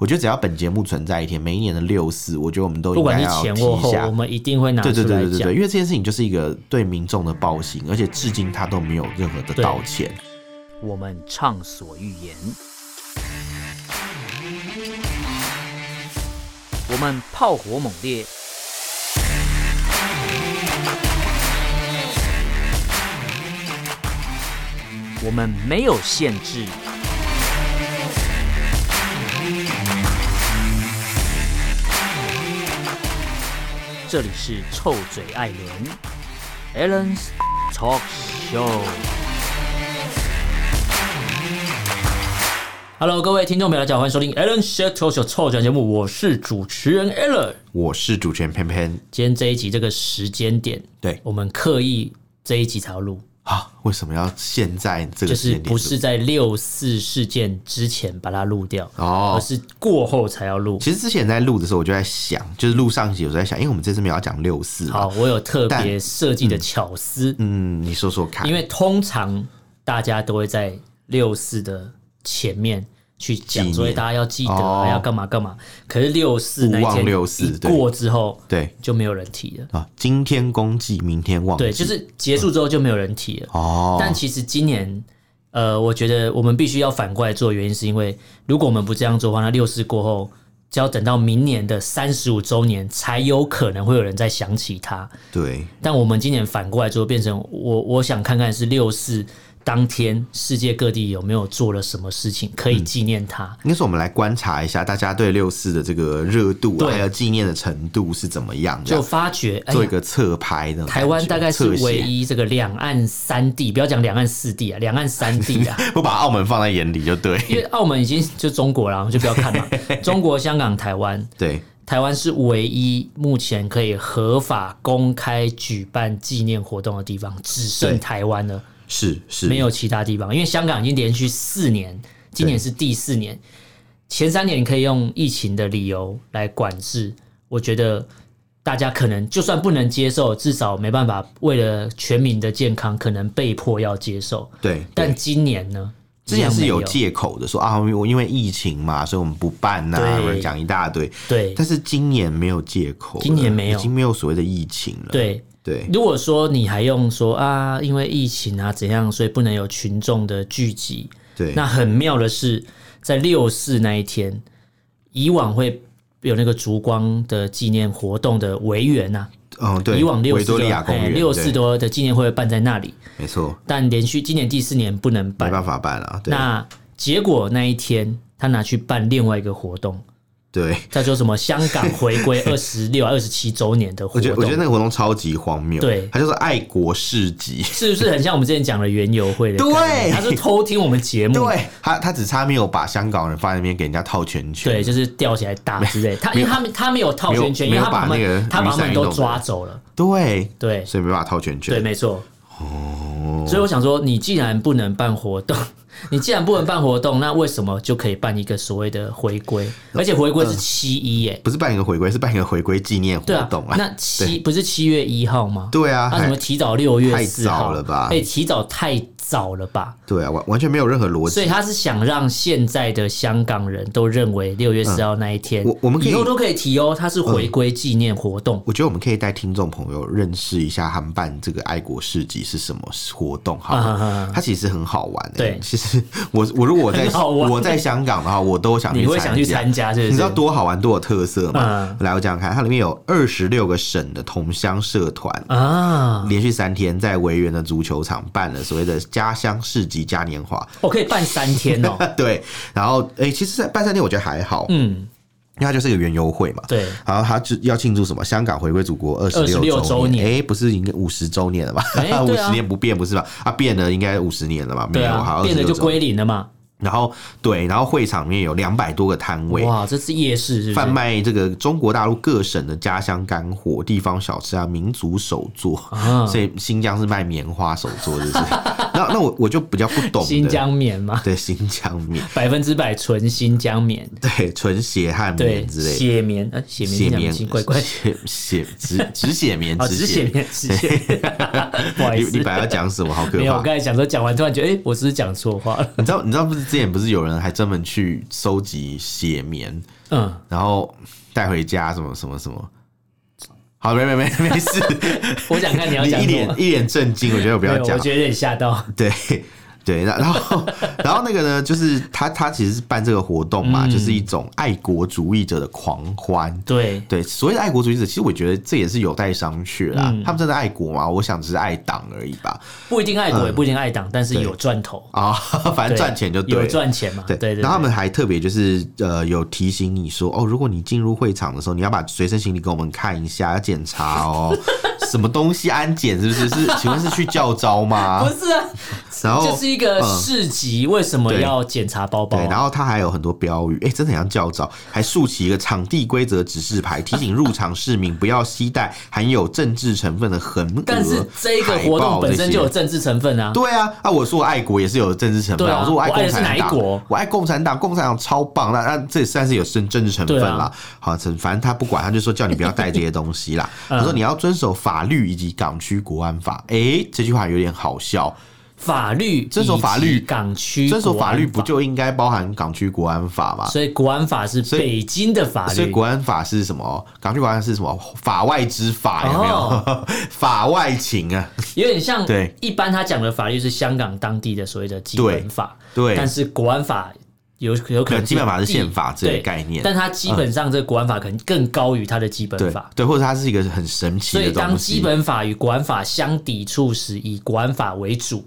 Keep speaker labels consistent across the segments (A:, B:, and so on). A: 我觉得只要本节目存在一天，每一年的六四，我觉得我们都
B: 不
A: 应
B: 管
A: 该
B: 是
A: 要
B: 前
A: 提
B: 或
A: 一
B: 后，
A: 下
B: 我。们一定会拿出
A: 对对
B: 来讲。
A: 对对对，因为这件事情就是一个对民众的暴行，而且至今他都没有任何的
B: 对
A: 道歉。
B: 我们畅所欲言，我们炮火猛烈，我们没有限制。这里是臭嘴艾伦 （Allen's Talk Show）。Hello，各位听众朋友，大家好，欢迎收听 Alan s h a t o Show 臭讲节目，我是主持人 Alan。
A: 我是主持人偏偏
B: 今天这一集这个时间点，
A: 对
B: 我们刻意这一集才要录，
A: 啊，为什么要现在这
B: 就
A: 个时
B: 是
A: 间点
B: 不是在六四事件之前把它录掉，
A: 哦
B: 而是过后才要录。
A: 其实之前在录的时候，我就在想，就是录上集，我就在想，因为我们这次没有要讲六四
B: 好，
A: 嘛，
B: 我有特别
A: 但
B: 设计的巧思，
A: 嗯，你说说看，
B: 因为通常大家都会在六四的前面。去
A: 纪
B: 讲，
A: 念
B: 所以大家要记得、
A: 哦
B: 要干嘛干嘛。可是六四那一
A: 勿忘
B: 天
A: 六四
B: 一
A: 对
B: 过之后，
A: 对
B: 就没有人提了。
A: 啊，今天公祭，明天忘记，
B: 对，就是结束之后就没有人提了。
A: 哦，
B: 但其实今年，呃，我觉得我们必须要反过来做，原因是因为如果我们不这样做的话，那六四过后就要等到明年的三十五周年才有可能会有人再想起它。
A: 对
B: 但我们今年反过来做，变成我我想看看是六四当天世界各地有没有做了什么事情可以纪念它。
A: 应该是我们来观察一下大家对六四的这个热度、啊，
B: 对
A: 还有纪念的程度是怎么样，这
B: 就
A: 样
B: 发觉，哎
A: 做一
B: 呀，
A: 个侧拍的。
B: 台湾大概是
A: 侧写
B: 唯，一这个两岸三地，不要讲两岸四地啊，两岸三地啊，
A: 不把澳门放在眼里就对。
B: 因为澳门已经就中国了，就不要 看嘛。中国、香港、台湾，
A: 对，
B: 台湾是唯一目前可以合法公开举办纪念活动的地方，只剩
A: 对
B: 台湾了，
A: 是是，
B: 没有其他地方。因为香港已经连续四年，今年是第四年，前三年可以用疫情的理由来管制，我觉得。大家可能就算不能接受，至少没办法为了全民的健康，可能被迫要接受。
A: 对，
B: 但
A: 对
B: 今年呢？
A: 之前是
B: 一样没
A: 有
B: 有
A: 借口的，说啊，我因为疫情嘛，所以我们不办呐、
B: 对
A: 或者讲一大堆。
B: 对
A: 但是今年没有借口了，
B: 今年没有
A: 已经没有所谓的疫情了。
B: 对，
A: 对
B: 如果说你还用说啊，因为疫情啊怎样，所以不能有群众的聚集，
A: 对，
B: 那很妙的是，在六四那一天，以往会有那个烛光的纪念活动的维园呐，
A: 嗯对，
B: 以往六
A: 维
B: 四
A: 多
B: 多
A: 利亚公园
B: 六四
A: 对
B: 多的纪念会办在那里，
A: 没错，
B: 但连续今年第四年不能
A: 没
B: 办，
A: 办法办了。对
B: 那结果那一天他拿去办另外一个活动。
A: 对，
B: 叫做什么？香港回归二十六、二十七周年的活
A: 我觉得我觉得那
B: 动，
A: 个活动超级荒谬，
B: 对
A: 它就是爱国市集。
B: 是不是很像我们之前讲的园游会的概
A: 对
B: 念？他是偷听我们节目，
A: 对他，他只差没有把香港人放在那边给人家套圈圈。
B: 对，就是吊起来打之类。他因为他们他没有套圈圈，因
A: 没有
B: 为他把他
A: 没有把那
B: 们
A: 个
B: 他把他们
A: 雨伞运
B: 都
A: 动
B: 抓走了。
A: 对
B: 对
A: 所以没办法套圈圈。
B: 对，没错。哦，所以我想说，你既然不能办活动， 你既然不能办活动，那为什么就可以办一个所谓的回归？
A: 嗯
B: 而且回归是七一耶，
A: 不是办一个回归，是办一个回归纪念活
B: 对啊
A: 动，
B: 那七不是七月一号吗？
A: 对啊，
B: 那什么
A: 还
B: 提早六月
A: 太
B: 四
A: 早
B: 号
A: 了吧
B: 哎，提早太早了吧？
A: 对啊，完完全没有任何逻
B: 所以
A: 辑。
B: 他是想让现在的香港人都认为六月四号那一天，
A: 嗯我我们可以
B: 以后都可以提哦，它是回归纪念活动。
A: 我觉得我们可以带听众朋友认识一下他们办这个爱国市集是什么活动好
B: 啊啊啊
A: 了
B: 啊，
A: 它其实很好玩欸。
B: 对
A: 其实我我如果我在
B: 很好玩
A: 我在香港的话，我都想
B: 你会想去
A: 加
B: 参加，是不是？
A: 嗯你知道多好玩、多有特色吗
B: 嗯？
A: 来，我讲讲看，它里面有二十六个省的同乡社团。
B: 啊？
A: 连续三天在维园的足球场办了所谓的家乡市集嘉年华，
B: 我可以办三天哦。
A: 对，然后诶、其实办三天我觉得还好，
B: 嗯，
A: 因为它就是一个园游会嘛，
B: 对，
A: 然后他就要庆祝什么？香港回归祖国二十
B: 26周
A: 周
B: 年
A: 哎、不是应该五十周年了吧
B: 哎？
A: 五
B: 对
A: 十、
B: 啊
A: 年不变不是吧？啊，变了应该五十年了吧？没
B: 对
A: 有，好
B: 啊，
A: 像
B: 变得就
A: 26周年。
B: 归零了嘛。
A: 然后对，然后会场里面有两百多个摊位。
B: 哇，这是夜市是不
A: 贩
B: 是？
A: 卖这个中国大陆各省的家乡干货、地方小吃啊、民族手作，
B: 啊
A: 所以新疆是卖棉花手作，就是 那那我我就比较不懂的
B: 新疆棉嘛，
A: 对新疆棉，
B: 百分之百纯新疆棉，
A: 对纯血汗
B: 对
A: 棉，之类的，
B: 血棉，呃，血棉
A: 血
B: 听起来很
A: 棉
B: 奇怪 怪。
A: 血血止止血棉，
B: 啊，
A: 止
B: 只是血
A: 棉
B: 棉，只是血棉， 不好意
A: 你
B: 思
A: 你，本来要讲什么？好可
B: 没有，我
A: 怕！
B: 刚才想说讲完，突然觉得，哎，我是不是讲错话了？
A: 你知道你知道不是之前不是有人还专门去收集血棉，
B: 嗯，
A: 然后带回家什么什么什么。好，没没没没事，
B: 我想 看你要
A: 你
B: 讲
A: 一
B: 什么
A: 脸。一脸震惊，我觉得我不
B: 没
A: 要
B: 有，
A: 讲
B: 我。觉得有点吓到。
A: 对对， 然然后然后那个呢，就是他他其实是办这个活动嘛，
B: 嗯
A: 就是一种爱国主义者的狂欢。
B: 对，
A: 对，所谓的爱国主义者，其实我觉得这也是有待商榷啦。
B: 嗯
A: 他们真的爱国吗？我想只是爱党而已吧。
B: 不一定爱国，也不一定爱党，但是
A: 嗯对
B: 有赚头，
A: 啊、反正
B: 对
A: 赚钱就对
B: 有
A: 了。
B: 赚钱嘛。对对，对
A: 然后他们还特别就是呃有提醒你说哦，如果你进入会场的时候，你要把随身行李给我们看一下，要检查 哦，什么东西安检是不是？是请问是去教招吗
B: 不？是啊，
A: 然后
B: 这是一个
A: 嗯
B: 市集，为什么
A: 对
B: 要检查包包
A: 对，然
B: 啊？
A: 后它还有很多标语，哎、真的很像教招，还竖起一个场地规则指示牌，提醒入场市民不要携带含有政治成分的横额。
B: 但是这个活动本身就有
A: 海报这些。
B: 政治成分啊。
A: 对啊，啊，我说我爱国也是有政治成分、
B: 对啊
A: 我说我爱
B: 我爱
A: 共
B: 的是
A: 产
B: 哪一
A: 党，
B: 国
A: 我爱共产党，共产党超棒，那那这也算是有政政治成分
B: 对
A: 啦
B: 啊。
A: 好、反反正他不管，他就说叫你不要带这些东西 啦。
B: 嗯
A: 他说你要遵守法律以及港区国安法。哎、这句话有点好笑，
B: 法律
A: 遵守法律
B: 以及港区
A: 遵守法律不
B: 国安
A: 就应该包含港区国安法吗
B: 法？所以国安法是
A: 以
B: 北京的法
A: 所以
B: 律，
A: 国安法是什么？港区国安是什么？法外之法有没有？
B: 哦
A: 法外情啊！
B: 有点像
A: 对
B: 一般他讲的法律是香港当地的所谓的基本法，
A: 对
B: 但是国安法有有
A: 没
B: 可
A: 有
B: 能
A: 基本法是
B: 地
A: 宪法这个
B: 对
A: 概念
B: 但它基本上这个国安法可能更高于它的基本
A: 对
B: 法。
A: 对，或者它是一个很神奇
B: 所以，
A: 的
B: 当
A: 东
B: 基
A: 西。
B: 本法与国安法相抵触时，以国安法为主，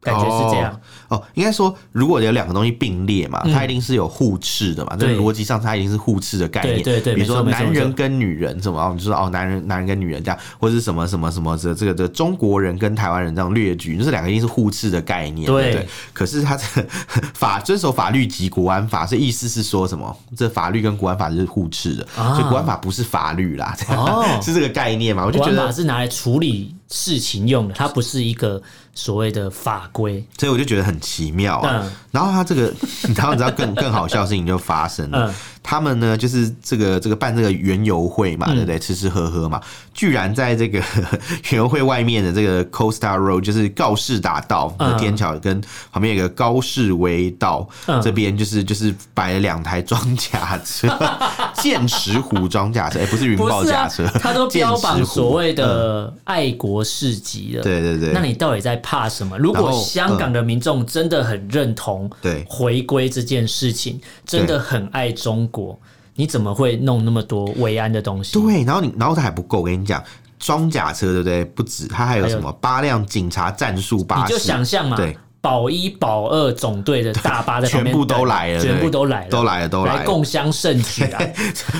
B: 感觉是这样。
A: 哦哦，应该说，如果有两个东西并列嘛，它一定是有互斥的嘛。这个
B: 嗯对
A: 逻辑上，它一定是互斥的概念。
B: 对对对
A: 比如说
B: 没错没错
A: 男
B: 没
A: 人
B: 错
A: 跟女人什么，哦，你就说哦，男人男人跟女人这样，或者是什么什么什么这这个的中国人跟台湾人这样列举，就是两个一定是互斥的概念，对
B: 对
A: 不对？可是它这个 法遵守法律及国安法，所以意思是说什么？这法律跟国安法是互斥的，
B: 啊
A: 所以国安法不是法律啦， 这样、
B: 哦
A: 是这个概念嘛？我就
B: 国
A: 觉
B: 安
A: 得
B: 法是拿来处理事情用的，它不是一个所谓的法规。
A: 所以我就觉得很奇妙啊。
B: 嗯
A: 然后他这个， 然后你知道更更好笑的事情就发生了，
B: 嗯
A: 他们呢就是这个这个办这个园游会
B: 嗯
A: 嘛，对不对？吃吃喝喝嘛，居然在这个 园游会外面的这个 Costa Road，就是告士大道的
B: 嗯
A: 天桥跟旁边有个高士威道、
B: 嗯
A: 这边，就是就是摆了两台装甲车， 剑石虎装甲车，哎、不是云
B: 不
A: 豹
B: 是啊
A: 甲车，，
B: 它都标
A: 剑齿
B: 榜
A: 虎
B: 所谓的爱国市集了。
A: 对对对，
B: 那你到底在怕什么？如
A: 然
B: 果
A: 后
B: 香港的民众真的很认同
A: 对
B: 回归这件事情，真的很爱中国，你怎么会弄那么多维安的东西？
A: 对，然后你，然后它还不够，我跟你讲，装甲车对不对？不止，它还有
B: 还有
A: 什么八辆警察战术
B: 你
A: 巴士，
B: 就想象嘛
A: 对，
B: 保一保二总队的大巴在旁
A: 全
B: 边
A: 部都
B: 等
A: 来了，
B: 全部
A: 对
B: 都来了，
A: 都来了，都来
B: 来
A: 了。
B: 共襄盛举 啊！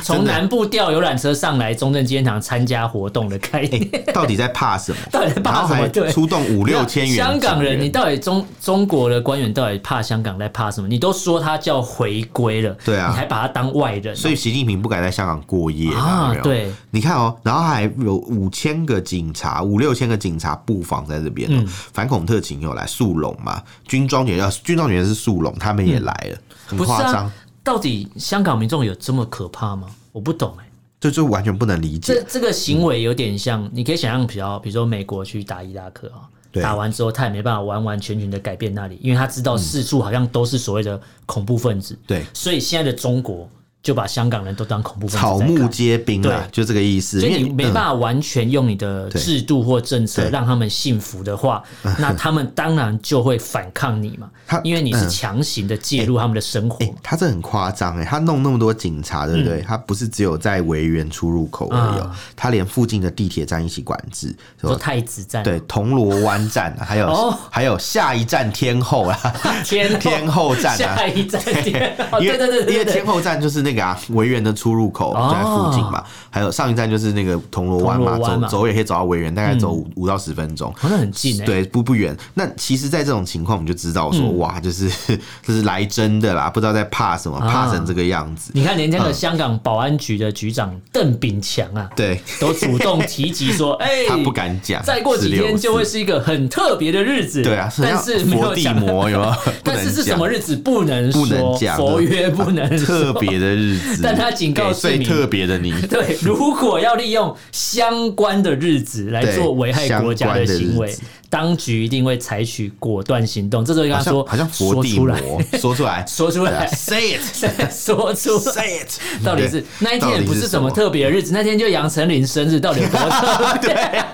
B: 从南部调游览车上来中正纪念堂参加活动的概念，
A: 到底在怕什么？
B: 到底在
A: 然
B: 怕
A: 后
B: 什么？
A: 还
B: 对。
A: 出动哎五六千元。
B: 香港人，
A: 警
B: 你到底中中国的官员到底怕香港在怕什么？你都说他叫回归了，
A: 对啊
B: 你还把他当外人哦、
A: 所以习近平不敢在香港过夜嘛
B: 啊
A: 有没有
B: 对，
A: 你看哦，然后还有五千个警察，五六千个警察布防在这边、哦，
B: 嗯
A: 反恐特勤有来，速龙嘛，军装也要，军装也是速龙，他们也来了，很
B: 不是
A: 夸张
B: 啊，，到底香港民众有这么可怕吗？我不懂哎、
A: 这就完全不能理解
B: 这。这个行为有点像，你可以想象，比较比如说美国去打伊拉克啊、
A: 对
B: 打完之后他也没办法完完全全的改变那里，因为他知道四处好像都是所谓的恐怖分子，
A: 对，
B: 所以现在的中国就把香港人都当恐怖分子在
A: 草
B: 看，
A: 木皆兵啦
B: 对，
A: 就这个意思。
B: 所以
A: 因
B: 你
A: 为
B: 没办法完全用你的制度或政策
A: 对
B: 让他们信服的话，那他们当然就会反抗你嘛
A: 他，
B: 因为你是强行的介入他们的生活
A: 嗯欸
B: 嘛。
A: 他这很夸张哎，他弄那么多警察，对不
B: 嗯
A: 对？他不是只有在维园出入口而已、哦，
B: 啊
A: 他连附近的地铁站一起管制，什
B: 说
A: 么
B: 太子站，
A: 对铜锣湾站啊，还有、
B: 哦
A: 还有下一站天后啊啦，
B: 天后
A: 天后站啊
B: 下一站天后，
A: 因为
B: 哦对对对
A: 因为
B: 对
A: 天
B: 对，
A: 后站就是那个啊维园的出入口
B: 哦
A: 就在附近嘛，还有上一站就是那个铜锣湾嘛，
B: 铜锣湾
A: 走
B: 嘛
A: 走也可以走到维园，大概走五五到十分钟。
B: 好像很近嗯哎。
A: 对，不不远。那其实，在这种情况，我们就知道说，哇，就是 这是来真的啦，不知道在怕什么，
B: 啊
A: 怕成这个样子。
B: 你看，连那个
A: 嗯
B: 香港保安局的局长邓炳强啊，
A: 对，
B: 都主动提及说，哎，
A: 他不敢讲，
B: 再过几天就会
A: 16
B: 是一个很特别的日子。
A: 对啊，
B: 但是
A: 像
B: 没
A: 佛
B: 有
A: 地
B: 讲到
A: 魔有没有？不
B: 但
A: 能
B: 是是什
A: 讲
B: 么日子不能说，
A: 不能讲啊
B: 佛曰不能说，
A: 特别的日子，
B: 但他警告
A: 给
B: 市
A: 最
B: 民
A: 特别的你。
B: 对，如果要利用相关的日子来做危害国家行
A: 对相关的日
B: 为
A: 子，
B: 当局一定会采取果断行动。这时候就跟
A: 好
B: 他说
A: 像，好像
B: 说
A: 佛地
B: 出来，
A: 魔说出来，
B: 说出
A: 对啊
B: 来，
A: ，say it，say
B: 说出来。
A: it，
B: 到底是
A: 对
B: 那一天也不是什么特别的日子，那天就杨丞琳生日，到底有多 特别？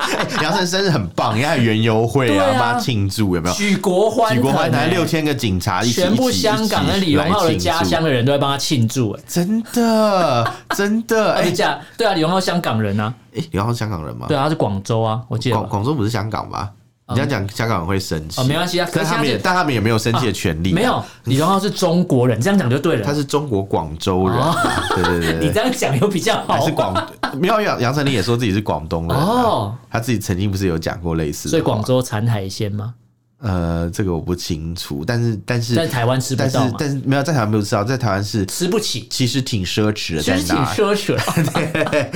A: 杨丞生日很棒，人家有园游会
B: 对
A: 啊，
B: 啊
A: 帮他庆祝有没有？
B: 举国欢腾、
A: 举国欢腾，
B: 哎
A: 六千个警察一起，
B: 全部
A: 一起
B: 香港跟李荣浩的家，乡
A: 一起
B: 的人都在帮他庆祝、哎，
A: 来庆祝真的真的，
B: 而
A: 哎
B: 且这样对啊，李荣浩香港人啊，
A: 哎，李荣浩是香港人吗
B: 对？啊，他是广州啊，我记得
A: 广
B: 吧。
A: 广州不是香港吧？你这样讲，香港人会生气
B: 嗯哦，。没关系啊，可
A: 但
B: 是
A: 他
B: 他
A: 们也，
B: 是
A: 但他们也没有生气的权利啊。
B: 没有李荣浩是中国人，这样讲就对
A: 他
B: 了。
A: 是中国广州人啊，对对对对，
B: 哦 你这啊样讲又比较
A: 还
B: 好
A: 是，广没有杨杨丞琳也说自己是广东人、哦
B: 哦，
A: 他自己曾经不是有讲过类似的话，
B: 所以广州产海鲜吗？
A: 呃这个我不清楚，但是但是
B: 在台湾吃不
A: 但是
B: 到嘛，
A: 但是没有在台湾不知道，在台湾是
B: 吃不起，
A: 其实挺奢侈的，
B: 其
A: 在
B: 实挺
A: 那
B: 奢侈的。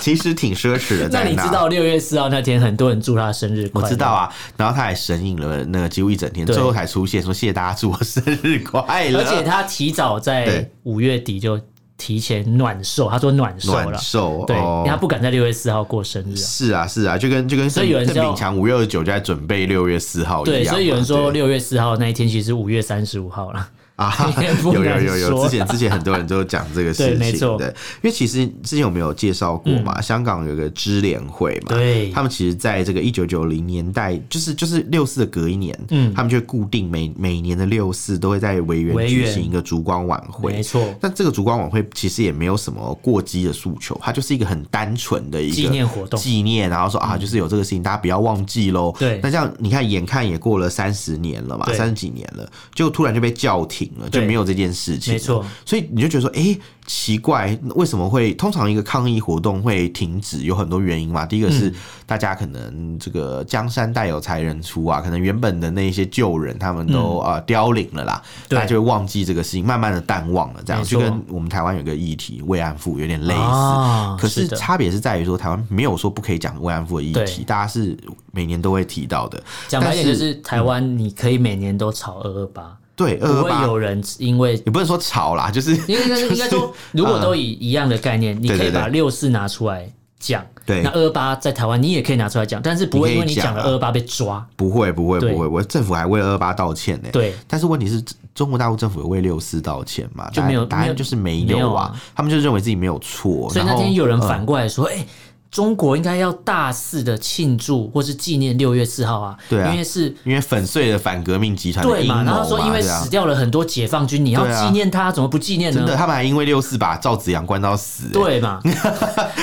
A: 其实挺奢侈的，
B: 那
A: 在
B: 你知道六月四号那天很多人祝他生日快
A: 我
B: 乐？
A: 知道啊，然后他还神隐了那个几乎一整天，
B: 对
A: 最后才出现说谢谢大家祝我生日快乐，
B: 而且他提早在
A: 对
B: 五月底就提前暖寿，他说暖寿
A: 暖
B: 了，
A: 寿
B: 对，因为他
A: 哦。
B: 不敢在六月四号过生日啊。
A: 是啊，是啊，就跟就跟
B: 所
A: 邓
B: 以有人
A: 邓
B: 叫
A: 炳强五月二十九就在准备六月四号一样嘛。
B: 对，所以有人
A: 对
B: 说六月四号那一天其实是五月三十五 号了。
A: 啊
B: 也，不
A: 有有
B: 能
A: 有有，
B: 说
A: 之前之前很多人都讲这个事
B: 对没
A: 情，
B: 错嗯
A: 对，因为其实之前我们有介绍过嘛，香港有个支联会嘛，
B: 对
A: 他，们其实在这个一九九零年代，就是就是六四的隔一年，嗯，他们就固定每每年的六四都会在维园
B: 维
A: 举
B: 园
A: 行一个烛光晚会
B: 没。错，
A: 但这个烛光晚会其实也没有什么过激的诉求，它就是一个很单纯的一个
B: 纪念活动嗯
A: 纪念，然后说啊，就是有这个事情，大家不要忘记喽。
B: 对
A: 那这样你看，眼看也过了三十年了嘛，
B: 对
A: 三十几年了，就突然就被叫停了，就
B: 对
A: 没有这件事情。
B: 没错，
A: 所以你就觉得说，哎、奇怪，为什么会通常一个抗议活动会停止？有很多原因嘛。第一个
B: 嗯
A: 是大家可能这个江山代有才人出啊，可能原本的那些旧人他们都啊、呃凋零了啦，
B: 嗯对
A: 大家就会忘记这个事情，慢慢的淡忘了，这样
B: 没
A: 就
B: 错
A: 跟我们台湾有个议题慰安妇有点类似。
B: 啊
A: 可是
B: 是的
A: 差别是在于说，台湾没有说不可以讲慰安妇的议题，
B: 对
A: 大家是每年都会提到的。
B: 讲白一点就
A: 但
B: 是台湾，你可以每年都炒二二八，
A: 对
B: 不
A: 二二
B: 会
A: 八，
B: 有人因为
A: 也不能说吵啦， 就是啊
B: 应该应该说，如果都以一样的概念，你可
A: 对
B: 以
A: 对
B: 把六四拿出来讲，
A: 对
B: 那二八在台湾你也可以拿出来讲，但是不
A: 你可
B: 会
A: 以
B: 因为你
A: 讲
B: 讲
A: 啊
B: 了二八被抓，
A: 不会不会
B: 对
A: 不会，我政府还为二二八道歉呢、
B: 对，
A: 但是问题是，中国大陆政府有为六四道歉吗？
B: 就没有
A: 答案答
B: 没有
A: 案就是没
B: 没
A: 有
B: 有
A: 啊。
B: 啊
A: 他们就认为自己没有错，
B: 所以
A: 然
B: 那
A: 后嗯
B: 天有人反过来说，哎、中国应该要大肆的庆祝或是纪念六月四号啊，
A: 对啊
B: 因为是。
A: 因为粉碎了反革命集团的
B: 对
A: 阴谋
B: 嘛？然后说，因为
A: 对啊
B: 死掉了很多解放军，你要
A: 对啊
B: 纪念他，怎么不纪念
A: 真的，
B: 呢？
A: 他们还因为六四把赵紫阳关到死、欸，
B: 对嘛？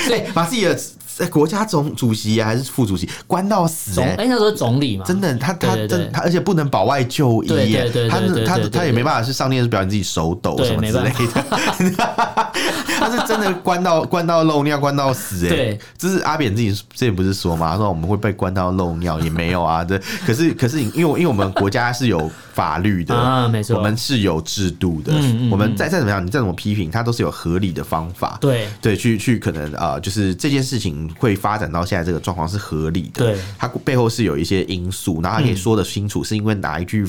A: 对、把自己的呃国家总主席啊还是副主席关到死、
B: 总
A: 欸，
B: 哎，那时候总理嘛，
A: 真的，他他
B: 对对
A: 真
B: 对
A: 他，而且不能保外就医
B: 对对
A: 耶，
B: 对对
A: 他
B: 对对
A: 他
B: 对对
A: 他也没办法去上电视表演自己手抖
B: 对
A: 什么之类的，他是真的关到关到漏尿关到死哎
B: 对，
A: 就是阿扁自己之前不是说嘛，他说我们会被关到漏尿也没有 啊，这可是可是因为因为我们国家是有法律的
B: 啊没错
A: 我们是有制度的，
B: 嗯嗯
A: 我们再再怎么样，你再怎么批评，它都是有合理的方法，
B: 对
A: 对，去去可能啊、呃就是这件事情会发展到现在这个状况是合理的，
B: 对
A: 它背后是有一些因素，然后它可以说得清楚，是因为哪一句、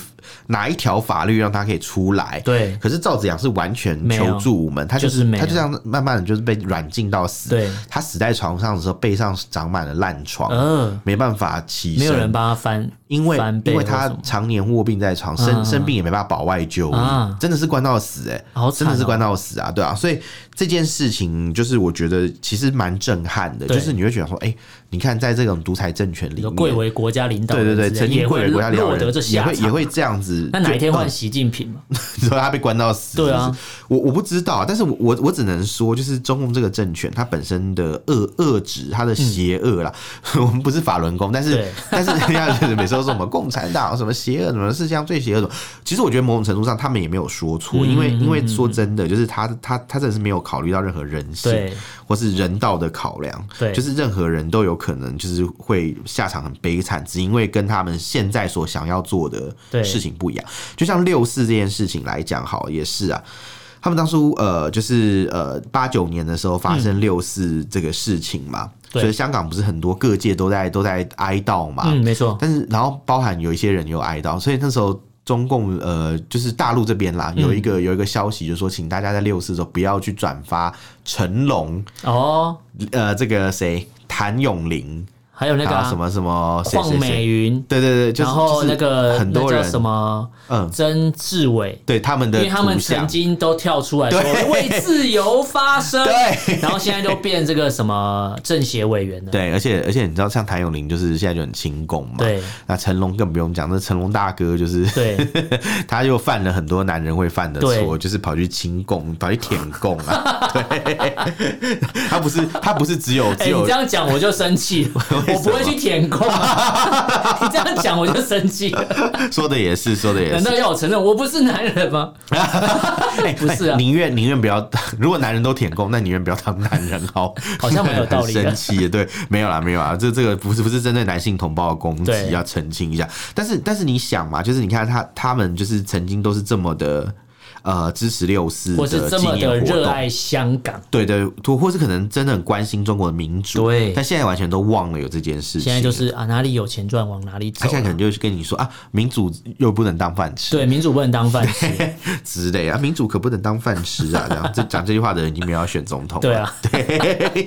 A: 哪一条法律让它可以出来，。
B: 对
A: 可是赵子阳是完全
B: 没有
A: 求助无门，他就是
B: 就是没有
A: 他就这样慢慢的就是被软禁到死。
B: 对，
A: 他死在床上的时候，背上长满了烂疮，
B: 嗯
A: 没办法起身，
B: 没有人帮他翻，
A: 因为
B: 翻
A: 因
B: 倍
A: 为
B: 或什
A: 他
B: 么，
A: 常年卧病在床，生、
B: 嗯
A: 生病也没办法保外就医，
B: 啊
A: 真的是关到死哎、
B: 好惨
A: 真的是
B: 哦
A: 关到死啊，对啊，所以这件事情就是我觉得其实蛮震撼的，
B: 对
A: 就是你会觉得说，哎、你看在这种独裁政权里
B: 有
A: 面，
B: 贵为国家领导
A: 对
B: 人
A: 对
B: 之类的，
A: 对，曾经
B: 也
A: 贵
B: 会
A: 为国家领导
B: 落得
A: 人
B: 这
A: 也
B: 下
A: 会也
B: 场。
A: 会这样子，
B: 那哪一
A: 就
B: 天换
A: 嗯
B: 习近平嘛？
A: 你说他被关到死？
B: 对啊，
A: 我我不知道，啊但是我我我只能说，就是中共这个政权，它本身的恶恶质，它的邪恶啦。 我们不是法轮功，但是
B: 嗯对
A: 但是人家就是每次都说什么共产党什么邪恶，什么世界上最邪恶什么。其实我觉得某种程度上，他们也没有说错，因为
B: 嗯
A: 因为说真的，就是他他他真的是没有考虑到任何人性
B: 对
A: 或是人道的考量，
B: 对
A: 就是任何人都有可能就是会下场很悲惨，只因为跟他们现在所想要做的
B: 对
A: 事情不一样。就像六四这件事情来讲，好也是啊。他们当初呃，就是呃，八九年的时候发生六四这个事情嘛，
B: 嗯对
A: 所以香港不是很多各界都在都在哀悼嘛，
B: 嗯，没错，
A: 但是然后包含有一些人有哀悼，所以那时候中共呃就是大陆这边啦，有一个、
B: 嗯
A: 有一个消息就说，请大家在六四的时候不要去转发成龙
B: 哦，
A: 呃这个谁谭咏麟。
B: 还有那个
A: 然
B: 啊
A: 后什么什么谁
B: 邝
A: 谁谁，
B: 美云，
A: 对对对，就是
B: 然后
A: 就是
B: 那个
A: 很多
B: 那叫
A: 人
B: 什么
A: 嗯，
B: 曾志伟，
A: 对他们的
B: 因为他们
A: 图像
B: 曾经都跳出来说
A: 对
B: 为自由发声，
A: 对
B: 然后现在都变这个什么政协委员了。
A: 对，而且而且你知道，像谭咏麟就是现在就很清宫嘛，
B: 对
A: 那成龙更不用讲，那成龙大哥就是
B: 对
A: 他又犯了很多男人会犯的错，
B: 对
A: 就是跑去清供，跑去舔供啊。 对， 他不是他不是只有
B: 哎、
A: 只
B: 你
A: 有
B: 这样讲我就生气， 我不会去舔空啊！你这样讲我就生气了，
A: 说的也是说的也
B: 难
A: 是，
B: 道要我承认我不是男人吗？不是啊
A: 哎宁愿宁愿不要，如果男人都舔供，那宁愿不要当男人好，
B: 好像蛮有道理的
A: 很生气，对，没有啦没有啦，这这个不是不是针对男性同胞的攻击
B: 对，
A: 要澄清一下。但是但是你想嘛，就是你看他他们就是曾经都是这么的。呃，支持六四
B: 我是
A: 的
B: 这
A: 纪
B: 么
A: 念
B: 的
A: 活
B: 热
A: 动，
B: 爱香港，
A: 对对，或或是可能真的很关心中国的民主，
B: 对
A: 但现在完全都忘了有这件事情。
B: 现在就是啊，哪里有钱赚往哪里走
A: 他现在可
B: 啊、
A: 能就是跟你说啊，民主又不能当饭吃
B: 对，民主不能当饭 吃。
A: 之类啊，民主可不能当饭吃啊，这样这讲这句话的人已经没有要选总统了。
B: 对啊，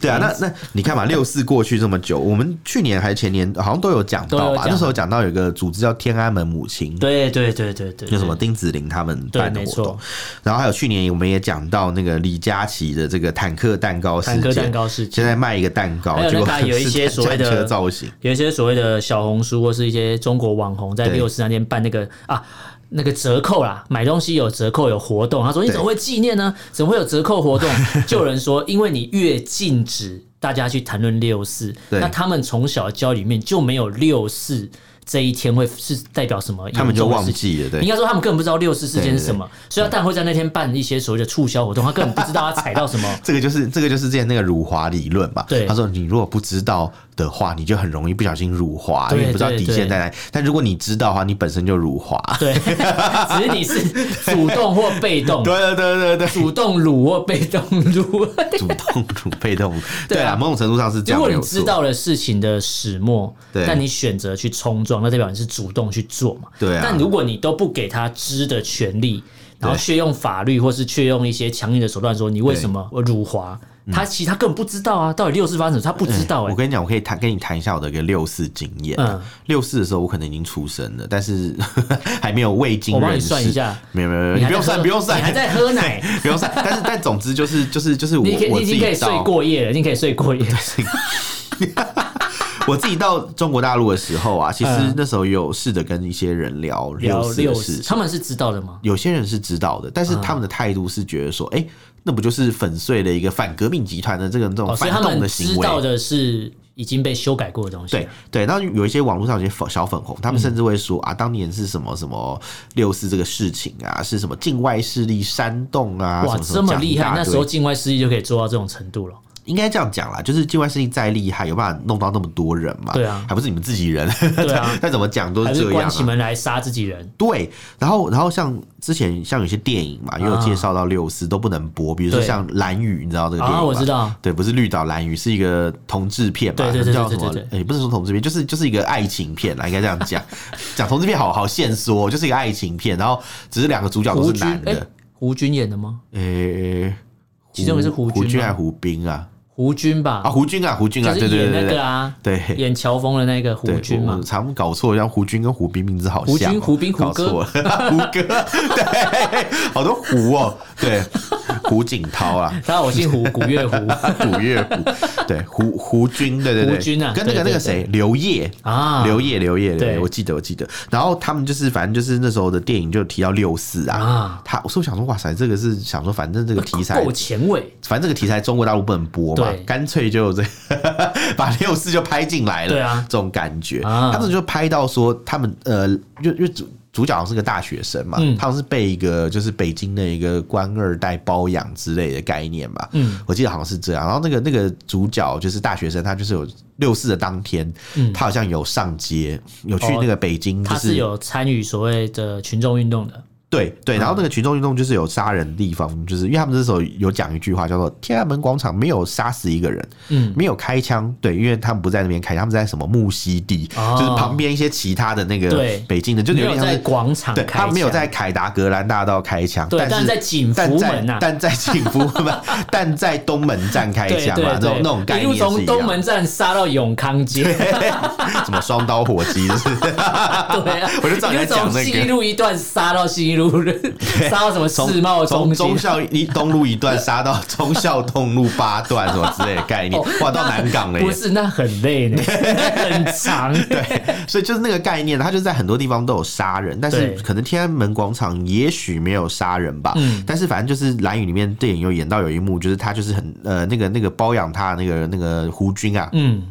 A: 对啊，那那你看嘛，六四过去这么久，我们去年还是前年好像都有讲
B: 都
A: 到
B: 有
A: 吧？
B: 讲
A: 那时候讲到有个组织叫天安门母亲，
B: 对对对对对，
A: 就什么丁子霖他们
B: 对
A: 办的
B: 没
A: 活
B: 错
A: 动，然后还有去年我们也讲到那个李佳琦的这个坦克蛋糕事
B: 坦克蛋
A: 件，
B: 糕事件
A: 现在卖一个蛋糕
B: 还，有
A: 结
B: 那
A: 果
B: 个啊有一
A: 是
B: 些
A: 战
B: 所谓的
A: 车造型，
B: 有一些所谓的小红书或是一些中国网红在
A: 对
B: 六十三天办那个啊。那个折扣啦，买东西有折扣有活动。他说：“你怎么会纪念呢？怎么会有折扣 活动？”就有人说：“因为你越禁止大家去谈论六四，
A: 对
B: 那他们从小教育里面就没有六四这一天会是代表什么严重的事情，
A: 他们就忘记了，对。
B: 应。该说他们根本不知道六四事件是什么，所以他当然会在那天办一些所谓的促销活动，他根本不知道他踩到什么
A: 这个就是这个就是之前那个辱华理论嘛。
B: 对
A: 他说你如果不知道的话，你就很容易不小心辱华，因
B: 对
A: 为你不知道
B: 对
A: 底
B: 对
A: 线在哪里。但如果你知道的话，你本身就辱华。
B: 对，只是你是主动或被 动，
A: 对对对对
B: 主动辱或被动辱。
A: 对，主动辱被动辱，
B: 对啊
A: 对啊，某种程度上是 这样。
B: 如果
A: 没
B: 你
A: 有
B: 知
A: 错，
B: 道了事情的始末，
A: 对
B: 但你选择去冲撞，那代表你是主动去做嘛？
A: 对啊
B: 但如果你都不给他知的权利，然后却用法律或是却用一些强硬的手段说你为什么辱华，
A: 嗯
B: 他其实他根本不知道啊，到底六四发生什么，他不知道哎、
A: 我跟你讲，我可以谈跟你谈一下我的一个六四经验啊
B: 嗯。
A: 六四的时候，我可能已经出生了，但是 还没有未经
B: 我帮你
A: 人事。
B: 算一下
A: 没有没有没有，
B: 你
A: 你
B: 还
A: 不用
B: 在喝
A: 算，不用
B: 你还
A: 算，
B: 在喝奶，
A: 不 用算。但是但总之就是就是就是我
B: 你可以
A: 我
B: 你已
A: 自
B: 经
A: 己
B: 可以睡
A: 到
B: 过夜了，你可以睡过夜。
A: 我自己到中国大陆的时候啊，其实
B: 嗯
A: 那时候有试着跟一些人聊
B: 聊
A: 六四
B: 六
A: 的事
B: 四，嗯
A: 情，
B: 他们是知道的吗？
A: 有些人是知道的，但是他们的态度是觉得说，哎、那不就是粉碎了一个反革命集团的这个这种
B: 哦，所
A: 反
B: 以他
A: 动
B: 们
A: 的
B: 知
A: 行为？
B: 道的是已经被修改过的东西。
A: 对，对，那有一些网络上有些粉小粉红，
B: 嗯
A: 他们甚至会说、啊，当年是什么什么六四这个事情啊，是什么境外势力煽动啊，
B: 哇，
A: 什么什
B: 这么
A: 讲一
B: 厉
A: 大！
B: 害那时
A: 堆
B: 候境外势力就可以做到这种程度了。
A: 应该这样讲啦，就是境外势力再厉害，有办法弄到那么多人嘛？
B: 对啊
A: 还不是你们自己人？
B: 对啊
A: 但怎么讲都
B: 还
A: 是
B: 是
A: 这样、
B: 关
A: 啊
B: 起。门来杀自己人。
A: 对，然后然后像之前像有些电影嘛，也有介绍到六四都不能播，比如说
B: 啊对
A: 像《蓝雨》，你知道这个电影
B: 啊，
A: 吗？
B: 我知。道，
A: 对，不是绿岛蓝雨，是一个同志片嘛？
B: 对对对对
A: 叫什么
B: 对对？
A: 也不是说同志片，就是就是一个爱情片啦，应该这样讲。 讲同志片好好线索，就是一个爱情片，然后只是两个主角都
B: 胡
A: 是
B: 军
A: 男
B: 哎
A: 的。，
B: 胡军演的吗？
A: 诶，
B: 其中一个是
A: 胡
B: 胡军
A: 军
B: 吗
A: 还胡兵啊？
B: 胡军
A: 啊，
B: 吧，
A: 胡军啊，胡军啊，
B: 就
A: 对
B: 是
A: 对
B: 演
A: 对
B: 那
A: 对
B: 个
A: 对
B: 啊，
A: 对。
B: 演乔峰的那个胡
A: 对，
B: 军
A: 我
B: 嘛
A: 我。常搞错，像胡军跟胡兵名字好像、哦，
B: 胡军胡兵胡
A: 搞
B: 歌
A: 错了， 胡歌，对，好多胡哦，对，胡锦涛啊，
B: 当然我姓胡，古 月胡
A: 古月胡，对，胡胡军，对对对，
B: 胡军啊
A: 跟那个
B: 对对
A: 那个谁刘烨。
B: 啊，
A: 刘烨，刘烨，刘烨，
B: 对
A: 我记得，我记得。然后他们就是，反正就是那时候的电影就提到六四啊。
B: 啊
A: 他，我说想说，哇塞，这个是想说，反正这个题材
B: 够前卫。
A: 反正这个题材中国大陆不能播嘛
B: 对，
A: 干脆就这 把六四就拍进来了，
B: 对啊
A: 这种感觉，
B: 啊
A: 他们就拍到说他们呃，就就主主角好像是个大学生嘛，
B: 嗯
A: 他好像是被一个就是北京的一个官二代包养之类的概念吧，
B: 嗯，
A: 我记得好像是这样。然后那个那个主角就是大学生，他就是有六四的当天，他好像有上街，有去
B: 嗯哦
A: 那个北京，就
B: 他
A: 是
B: 是有参与所谓的群众运动的，
A: 对对，然后那个群众运动就是有杀人的地方，就是因为他们这时候有讲一句话叫做“天安门广场没有杀死一个人，
B: 嗯，
A: 没有开枪”，对，因为他们不在那边开，他们在什么木樨地，
B: 哦
A: 就是旁边一些其他的那个
B: 对
A: 北京的，就有
B: 没
A: 点
B: 有
A: 像
B: 在
A: 是
B: 广场
A: 对，
B: 开
A: 他没有
B: 枪
A: 在凯达格兰大道开枪，
B: 对，
A: 但
B: 但
A: 是
B: 在景
A: 但
B: 福
A: 在
B: 门呐、啊
A: 但 在景福门，但在东门站开
B: 对对
A: 枪嘛，
B: 对，
A: 这种那种概
B: 一
A: 念
B: 路
A: 是一
B: 从东
A: 样。
B: 门站杀到永康街，
A: 什么双刀火鸡，就是
B: 对啊，
A: 我就知道你在
B: 一路从
A: 讲那个
B: 信义路一段杀到信义路，杀到什么世贸
A: 从
B: 中心啊
A: 忠。孝一东路一段杀到忠孝东路八段什么之类的概念
B: 哦，
A: 哇，到南港了耶
B: 不。是，那很累 呢，那很长。对，
A: 所以就是那个概念，它就是在很多地方都有杀人，但是
B: 对
A: 可能天安门广场也许没有杀人吧。
B: 嗯
A: 但是反正就是蓝雨里面电影有演到有一幕，就是他就是很呃那个那个包养他的那个那个胡军啊，
B: 嗯，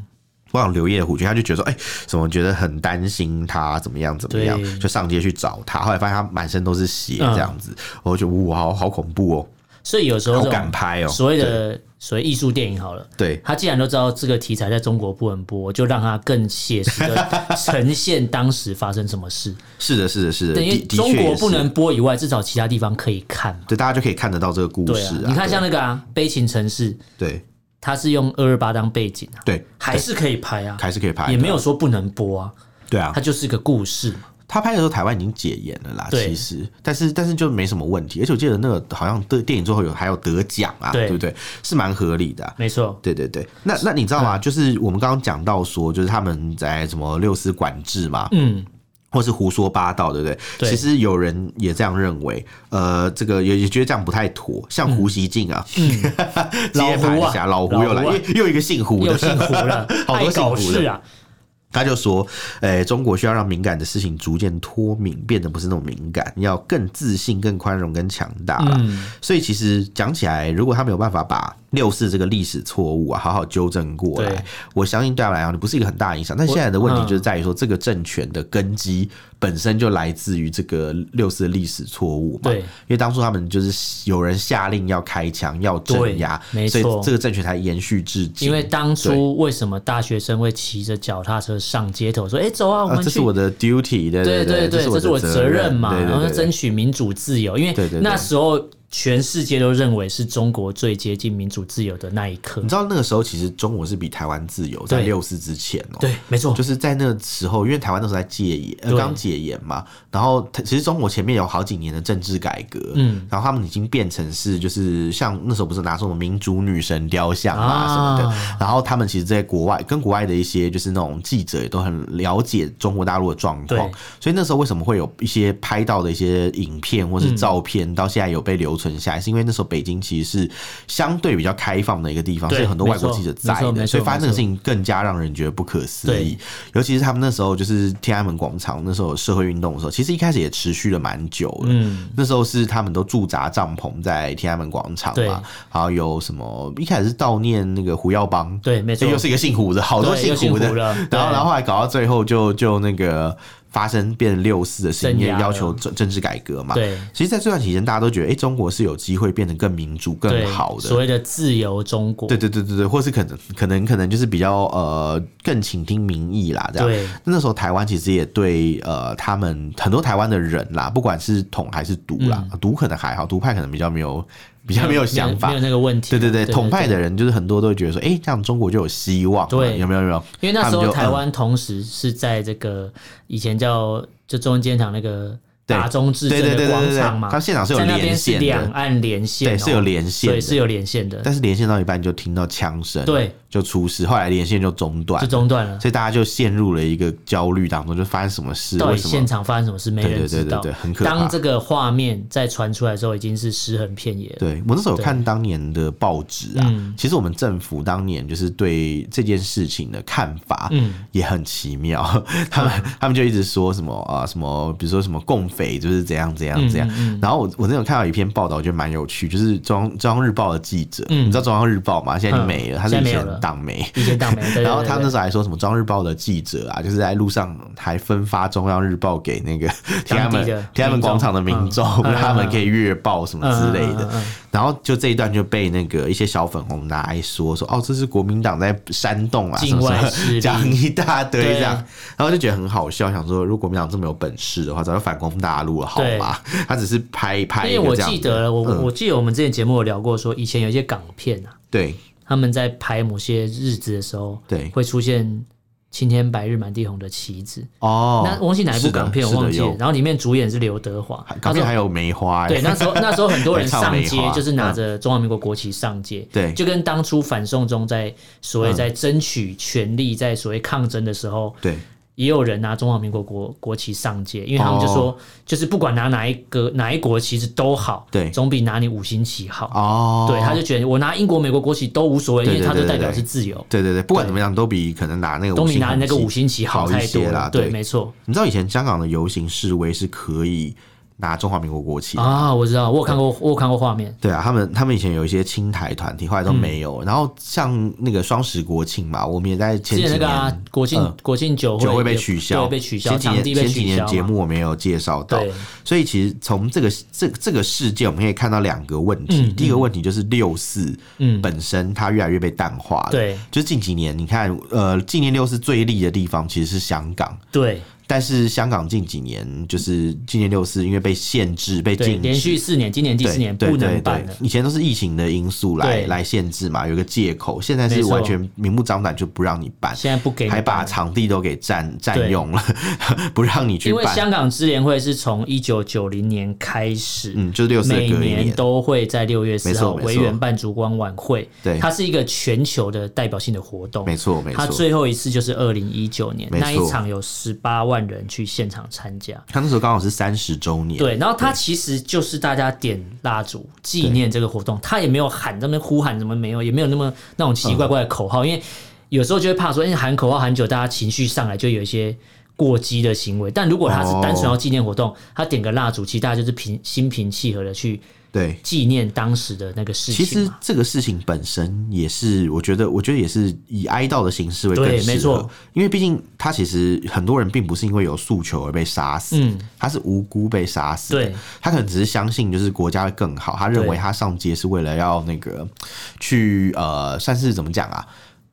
A: 包养刘烨的胡军，他就觉得说，哎、怎么觉得很担心他怎么样怎么样
B: 对，
A: 就上街去找他。后来发现他满身都是血这样子，我就觉得哇，好好恐怖哦，
B: 所以有时候
A: 好
B: 这
A: 敢
B: 种
A: 拍哦。
B: 所谓的所谓艺术电影好了。
A: 对
B: 他既然都知道这个题材在中国不能播，就让它更写实的 呈现当时发生什么事。
A: 是的，是的，是的，
B: 等于
A: 的的
B: 中
A: 确
B: 国
A: 也
B: 不
A: 是
B: 能播以外，至少其他地方可以看嘛。
A: 对，大家就可以看得到这个故
B: 对
A: 事
B: 啊，你看像那个啊，《悲情城市》，
A: 对
B: 它是用二二八当背景啊，
A: 对，
B: 还是可以拍啊，
A: 还是可以拍，
B: 也没有说不能播啊，
A: 对啊
B: 它。就是个故事。
A: 他拍的时候，台湾已经解严了啦，
B: 对
A: 其实，但是但是就没什么问题。而且我记得那个好像对电影最后有还有得奖啊，
B: 对
A: 对不对？是蛮合理的啊、
B: 没错，
A: 对对对，那那你知道
B: 嗯
A: 吗？就是我们刚刚讲到说，就是他们在什么六四管制嘛，
B: 嗯，
A: 或是胡说八道，对不对？
B: 对
A: 其实有人也这样认为，呃，这个也也觉得这样不太妥。像胡锡进啊， 接盘侠
B: 嗯
A: 老
B: 老胡啊
A: 胡又来，
B: 老胡啊
A: 又又一个姓胡
B: 又
A: 的，，
B: 姓胡了
A: 好
B: 爱
A: 多姓
B: 搞
A: 胡
B: 事
A: 的。
B: 啊，
A: 他就说，诶、中国需要让敏感的事情逐渐脱敏，变得不是那么敏感，要更自信、更宽容、更强大啦。
B: 嗯，
A: 所以其实讲起来，如果他没有办法把六四这个历史错误啊好好纠正过
B: 对
A: 来，我相信对他们来讲不是一个很大的影响。但现在的问题
B: 嗯
A: 就是在于说，这个政权的根基本身就来自于这个六四的历史错误嘛。
B: 对
A: 因为当初他们就是有人下令要开枪、要镇压，
B: 对没
A: 所以
B: 错
A: 这个政权才延续至今。
B: 因为当初为什么大学生会骑着脚踏车上街头说：“哎，走啊，我
A: 啊，
B: 们
A: 这
B: 去
A: 是我的 duty，对对
B: 对对对，
A: 这
B: 这是
A: 是
B: 我
A: 我的
B: 责任嘛，
A: 对对
B: 然后
A: 对
B: 要争取民主自由，因为
A: 对对对
B: 那时候全世界都认为是中国最接近民主自由的那一刻
A: 你。知道那个时候其实中国是比台湾自由，在
B: 对
A: 六四之前哦、
B: 对，没错
A: 就，是在那个时候，因为台湾那时候在戒严，呃
B: 对
A: 刚解严嘛，然后它其实中国前面有好几年的政治改革，
B: 嗯，
A: 然后他们已经变成是就是像那时候不是拿什么民主女神雕像啊
B: 啊
A: 什么的，然后他们其实在国外跟国外的一些就是那种记者也都很了解中国大陆的状况
B: 对，
A: 所以那时候为什么会有一些拍到的一些影片或是照片到现在有被留存下来，是因为那时候北京其实是相对比较开放的一个地方，
B: 对
A: 所以很多外国
B: 没错
A: 记者在
B: 没错没
A: 的，
B: 错
A: 所以发生这
B: 没
A: 个
B: 错
A: 事情更加让人觉得不可思
B: 对
A: 议。尤其是他们那时候就是天安门广场那时候有社会运动的时候，其实一开始也持续了蛮久了。
B: 嗯，
A: 那时候是他们都驻扎帐篷在天安门广场
B: 对
A: 嘛，然后有什么一开始是悼念那个胡耀邦，哎
B: 对，没错
A: 这，又是一个姓胡的，好多
B: 对又姓
A: 胡的
B: 胡，了，对
A: 然后，然后后来搞到最后就就那个发生变成六四的事情，
B: 镇
A: 也
B: 压了
A: 要求政政治改革嘛。
B: 对
A: 其实，在这段期间，大家都觉得，哎、中国是有机会变得更民主、更
B: 对
A: 好的
B: 所。谓的自由中国，
A: 对对对对对，或是可能可能可能就是比较呃更倾听民意啦，这样。
B: 对
A: 那时候台湾其实也对呃他们很多台湾的人啦，不管是统还是独啦，独、可能还好，独派可能比较没有 比较没有想法
B: 嗯没有。那个问题。啊
A: 对对对，统派
B: 对
A: 的人就是很多都会觉得说，哎、这样中国就有希望了，
B: 对
A: 有没有有没有？
B: 因为那
A: 他
B: 时
A: 们
B: 候
A: 就嗯
B: 台湾同时是在这个以前叫就中央纪念堂那个
A: 对
B: 大中至
A: 对对
B: 正
A: 对对
B: 的广
A: 对
B: 场
A: 对，
B: 嘛，
A: 它现场是有
B: 在那边
A: 连
B: 是
A: 线
B: 两
A: 的，
B: 岸连线哦，
A: 对，是有连线
B: 对是
A: 的。
B: 有连线的，
A: 但是连线到一半就听到枪声，，
B: 对，
A: 就出事，后来连线就中断
B: 就，中断了。
A: 所以大家就陷入了一个焦虑当中，就发生什么事？
B: 到
A: 为
B: 底
A: 什
B: 现
A: 么？
B: 场发生什么事，没
A: 对
B: 人
A: 对对
B: 知
A: 对
B: 道。
A: 对，很可怕
B: 当。这个画面再传出来的时候，已经是尸横遍野了。
A: 对我那时候有看当年的报纸啊
B: 嗯，
A: 其实我们政府当年就是对这件事情的看法，
B: 嗯，
A: 也很奇妙， 他们他们就一直说什么啊、什么，比如说什么共匪就是怎样怎
B: 嗯
A: 样怎样。然后我我那有看到一篇报道，我觉得蛮有趣，就是中央中央日报的记者，
B: 嗯
A: 你知道中央日报吗？现在已经没了，
B: 嗯
A: 他是以
B: 现在没有
A: 前
B: 了
A: 党媒。
B: 一天到没。对
A: 然后他那
B: 对对
A: 时候还说什么中央日报的记者啊，就是在路上还分发中央日报给 那个 天安
B: 当地
A: 门
B: 的
A: 天安门
B: 民众
A: 广场的民众，
B: 嗯嗯
A: 他们
B: 嗯
A: 可以阅报什么之类的
B: 嗯嗯嗯嗯嗯。
A: 然后就这一段就被那个一些小粉红拿来说说，哦，这是国民党在煽动啊，什
B: 境
A: 么
B: 外
A: 什
B: 势
A: 么，
B: 力
A: 讲一大堆
B: 对
A: 这样。然后就觉得很好笑，想说如果国民党这么有本事的话，早就反攻大陆了，好
B: 对
A: 吗？他只是拍拍
B: 因
A: 一
B: 为
A: 个
B: 我
A: 这样
B: 记
A: 子
B: 得了，我、
A: 嗯
B: 我记得我们之前节目有聊过说以前有一些港片啊，
A: 对
B: 他们在拍某些日子的时候，
A: 对
B: 会出现青天白日满地红的旗子。
A: 哦，
B: 那我忘记哪一部
A: 是的
B: 港片我忘记，
A: 是
B: 了
A: 的，有
B: 然后里面主演是刘德华
A: 还，
B: 那
A: 港
B: 时
A: 片
B: 候
A: 还有梅花、欸，
B: 对，那时候那时候很多人
A: 还唱
B: 上
A: 梅
B: 街
A: 花嗯
B: 就是拿着中华民国国旗上街，
A: 对
B: 就跟当初反送中在所谓
A: 嗯
B: 在争取权利、在所谓抗争的时候，
A: 对
B: 也有人拿中华民国国国旗上街，因为他们就
A: 哦
B: 说，就是不管拿哪一个哪一国旗子都好，
A: 对
B: 总比拿你五星旗好。
A: 哦，
B: 对，他就觉得我拿英国、美国国旗都无所谓，因
A: 对
B: 为它
A: 对
B: 就
A: 对
B: 代表
A: 对
B: 是自由，
A: 对对对，不管怎么样，都比可能拿那个
B: 总
A: 五
B: 比
A: 星
B: 拿你那个
A: 红
B: 五星旗好
A: 好一
B: 太多
A: 些
B: 了
A: 啦。
B: 对，
A: 对
B: 没错
A: 你知道以前香港的游行示威是可以拿中华民国国旗的。
B: 啊，我知道，我有看过，我有看过画面，
A: 对啊，他们他们以前有一些青台团体，后来都没有。
B: 嗯
A: 然后像那个双十国庆嘛，我们也在前几
B: 之前那
A: 年
B: 个啊，国庆
A: 嗯
B: 国庆酒
A: 就会
B: 会
A: 被
B: 也
A: 取消，
B: 对被取消，
A: 前几
B: 场
A: 年
B: 地被
A: 前几
B: 取
A: 年
B: 消
A: 节
B: 嘛。
A: 目我没有介绍到
B: 对，
A: 所以其实从这个这这个事件，我们可以看到两个问题。
B: 嗯
A: 第一个问题就是六四
B: 嗯，
A: 本身它越来越被淡化了。
B: 对
A: 就是近几年，你看，呃，纪念六四最利的地方其实是香港，
B: 对
A: 但是香港近几年就是纪念六四，因为被限制、被
B: 对，
A: 禁
B: 连续
A: 止。
B: 四年，今年第
A: 对
B: 四年
A: 对
B: 不
A: 对
B: 能办
A: 对
B: 了，。
A: 以前都是疫情的因素来
B: 对
A: 来限制嘛，有一个借口。现在是
B: 没错
A: 完全明目张胆就不让你办，
B: 现在不给你
A: 还
B: 办
A: 把
B: 了
A: 场地都给占占用了， 不让你去
B: 因为
A: 办。
B: 香港支联会是从一九九零年开始，
A: 嗯，就是六四的
B: 每
A: 隔一
B: 年都会在六月
A: 没
B: 四
A: 错
B: 号
A: 没错
B: 维园办烛光晚会，
A: 对
B: 它是一个全球的代表性的活动。
A: 没错没
B: 它
A: 错。
B: 最后一次就是二零一九年
A: 没错
B: 那一场，有十八万人去现场参加。
A: 他那时候刚好是三十周年，
B: 对，然后它其实就是大家点蜡烛纪念这个活动，它也没有喊那么呼喊什么没有，也没有那么那种奇奇怪怪的口号，因为有时候就会怕说，哎，喊口号喊久，大家情绪上来就有一些过激的行为。但如果他是单纯要纪念活动，他点个蜡烛，其实大家就是平心平气和的去
A: 对。
B: 纪念当时的那个事
A: 其
B: 情
A: 实
B: 嘛。
A: 这个事情本身也是，我觉得，我觉得也是以哀悼的形式为更
B: 对
A: 适合
B: 没错，
A: 因为毕竟他其实很多人并不是因为有诉求而被杀死，
B: 嗯，
A: 他是无辜被杀死，
B: 对，
A: 他可能只是相信就是国家会更好，他认为他上街是为了要那个去呃，算是怎么讲啊，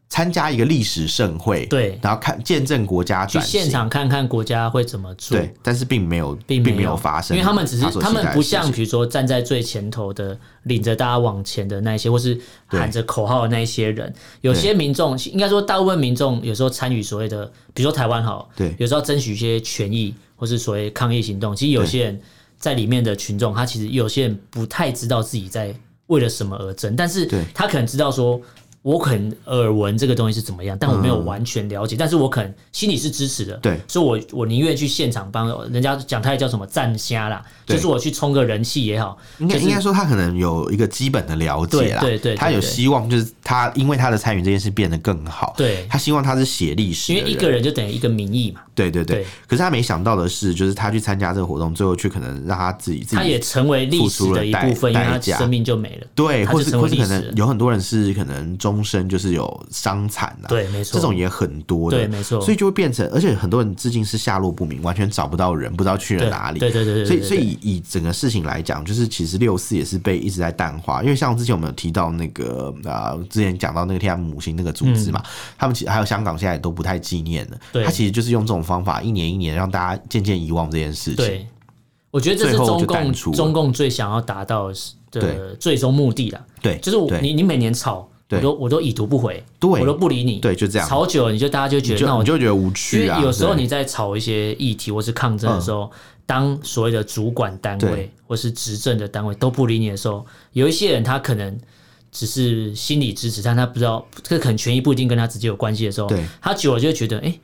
A: 参加一个历史盛会，
B: 对
A: 然后看见证国家
B: 去
A: 转型
B: 现场看看国家会怎么做，
A: 对，但是并没有，
B: 并
A: 并
B: 没
A: 有发生，
B: 因为他们只是
A: 所
B: 他
A: 期
B: 们
A: 待的
B: 不
A: 事情
B: 像比如说站在最前头的领着大家往前的那一些，或是喊着口号的那一些人，有些民众应该说大部分民众有时候参与所谓的，比如说台湾好，
A: 对
B: 有时候争取一些权益或是所谓抗议行动，其实有
A: 对
B: 些人在里面的群众，他其实有些人不太知道自己在为了什么而争，但是
A: 对
B: 他可能知道说。我可能耳闻这个东西是怎么样，但我没有完全了解，但是我可能心里是支持的，
A: 嗯对
B: 所以我我宁愿去现场帮人家讲台语叫什么站虾啦，
A: 对
B: 就是我去冲个人气也好，
A: 应该
B: 就是
A: 应该说，他可能有一个基本的了解啦，
B: 对对对对
A: 他有
B: 对
A: 希望，就是他因为他的参与这件事变得更好，
B: 对
A: 他希望他是写历史
B: 因
A: 的
B: 为
A: 人，
B: 一个人就等于一个民意嘛，
A: 对对对。
B: 对
A: 可是他没想到的是，就是他去参加这个活动，最后却可能让他自己自
B: 他也
A: 己
B: 成为历史的一部
A: 付出
B: 分，
A: 了
B: 因
A: 代
B: 为他
A: 代价
B: 生命就没了。
A: 对，
B: 他
A: 或
B: 就是成
A: 或
B: 为
A: 是
B: 历
A: 可
B: 史了
A: 能有很多人是可能终身就是有伤残啊，
B: 对，没错，
A: 这种也很多的，
B: 对，没错，
A: 所以
B: 以
A: 就会变成，而且很多人至今是下落不明，完全找不到人，不知道去了哪里，
B: 对对对对，
A: 所以，
B: 对
A: 所
B: 对
A: 以以整个事情来讲，就是其实六四也是被一直在淡化，因为像之前我们有提到那个啊、呃之前讲到那个天安门母星那个组织嘛，他们其实还有香港现在也都不太纪念了，
B: 嗯对
A: 他其实就是用这种方法，一年一年让大家渐渐遗忘这件事情。
B: 对，我觉得这是
A: 最后
B: 中
A: 就淡
B: 共
A: 出了
B: 中共最想要达到的是的
A: 对
B: 最终目的啦，
A: 对，
B: 就是我
A: 对
B: 你你每年吵，我
A: 对
B: 都我都已读不回，
A: 对
B: 我都不理你，
A: 对就这样
B: 吵久了你就大家就觉
A: 你
B: 得那
A: 就
B: 我
A: 你就觉得无趣啊。
B: 因为有时候
A: 对嗯
B: 你在吵一些议题或是抗争的时候，当所谓的主管单位
A: 对
B: 或是执政的单位都不理你的时候，有一些人他可能只是心理支持，但他不知道这可能权益不一定跟他直接有关系的时候
A: 对，
B: 他久了就会觉得，哎、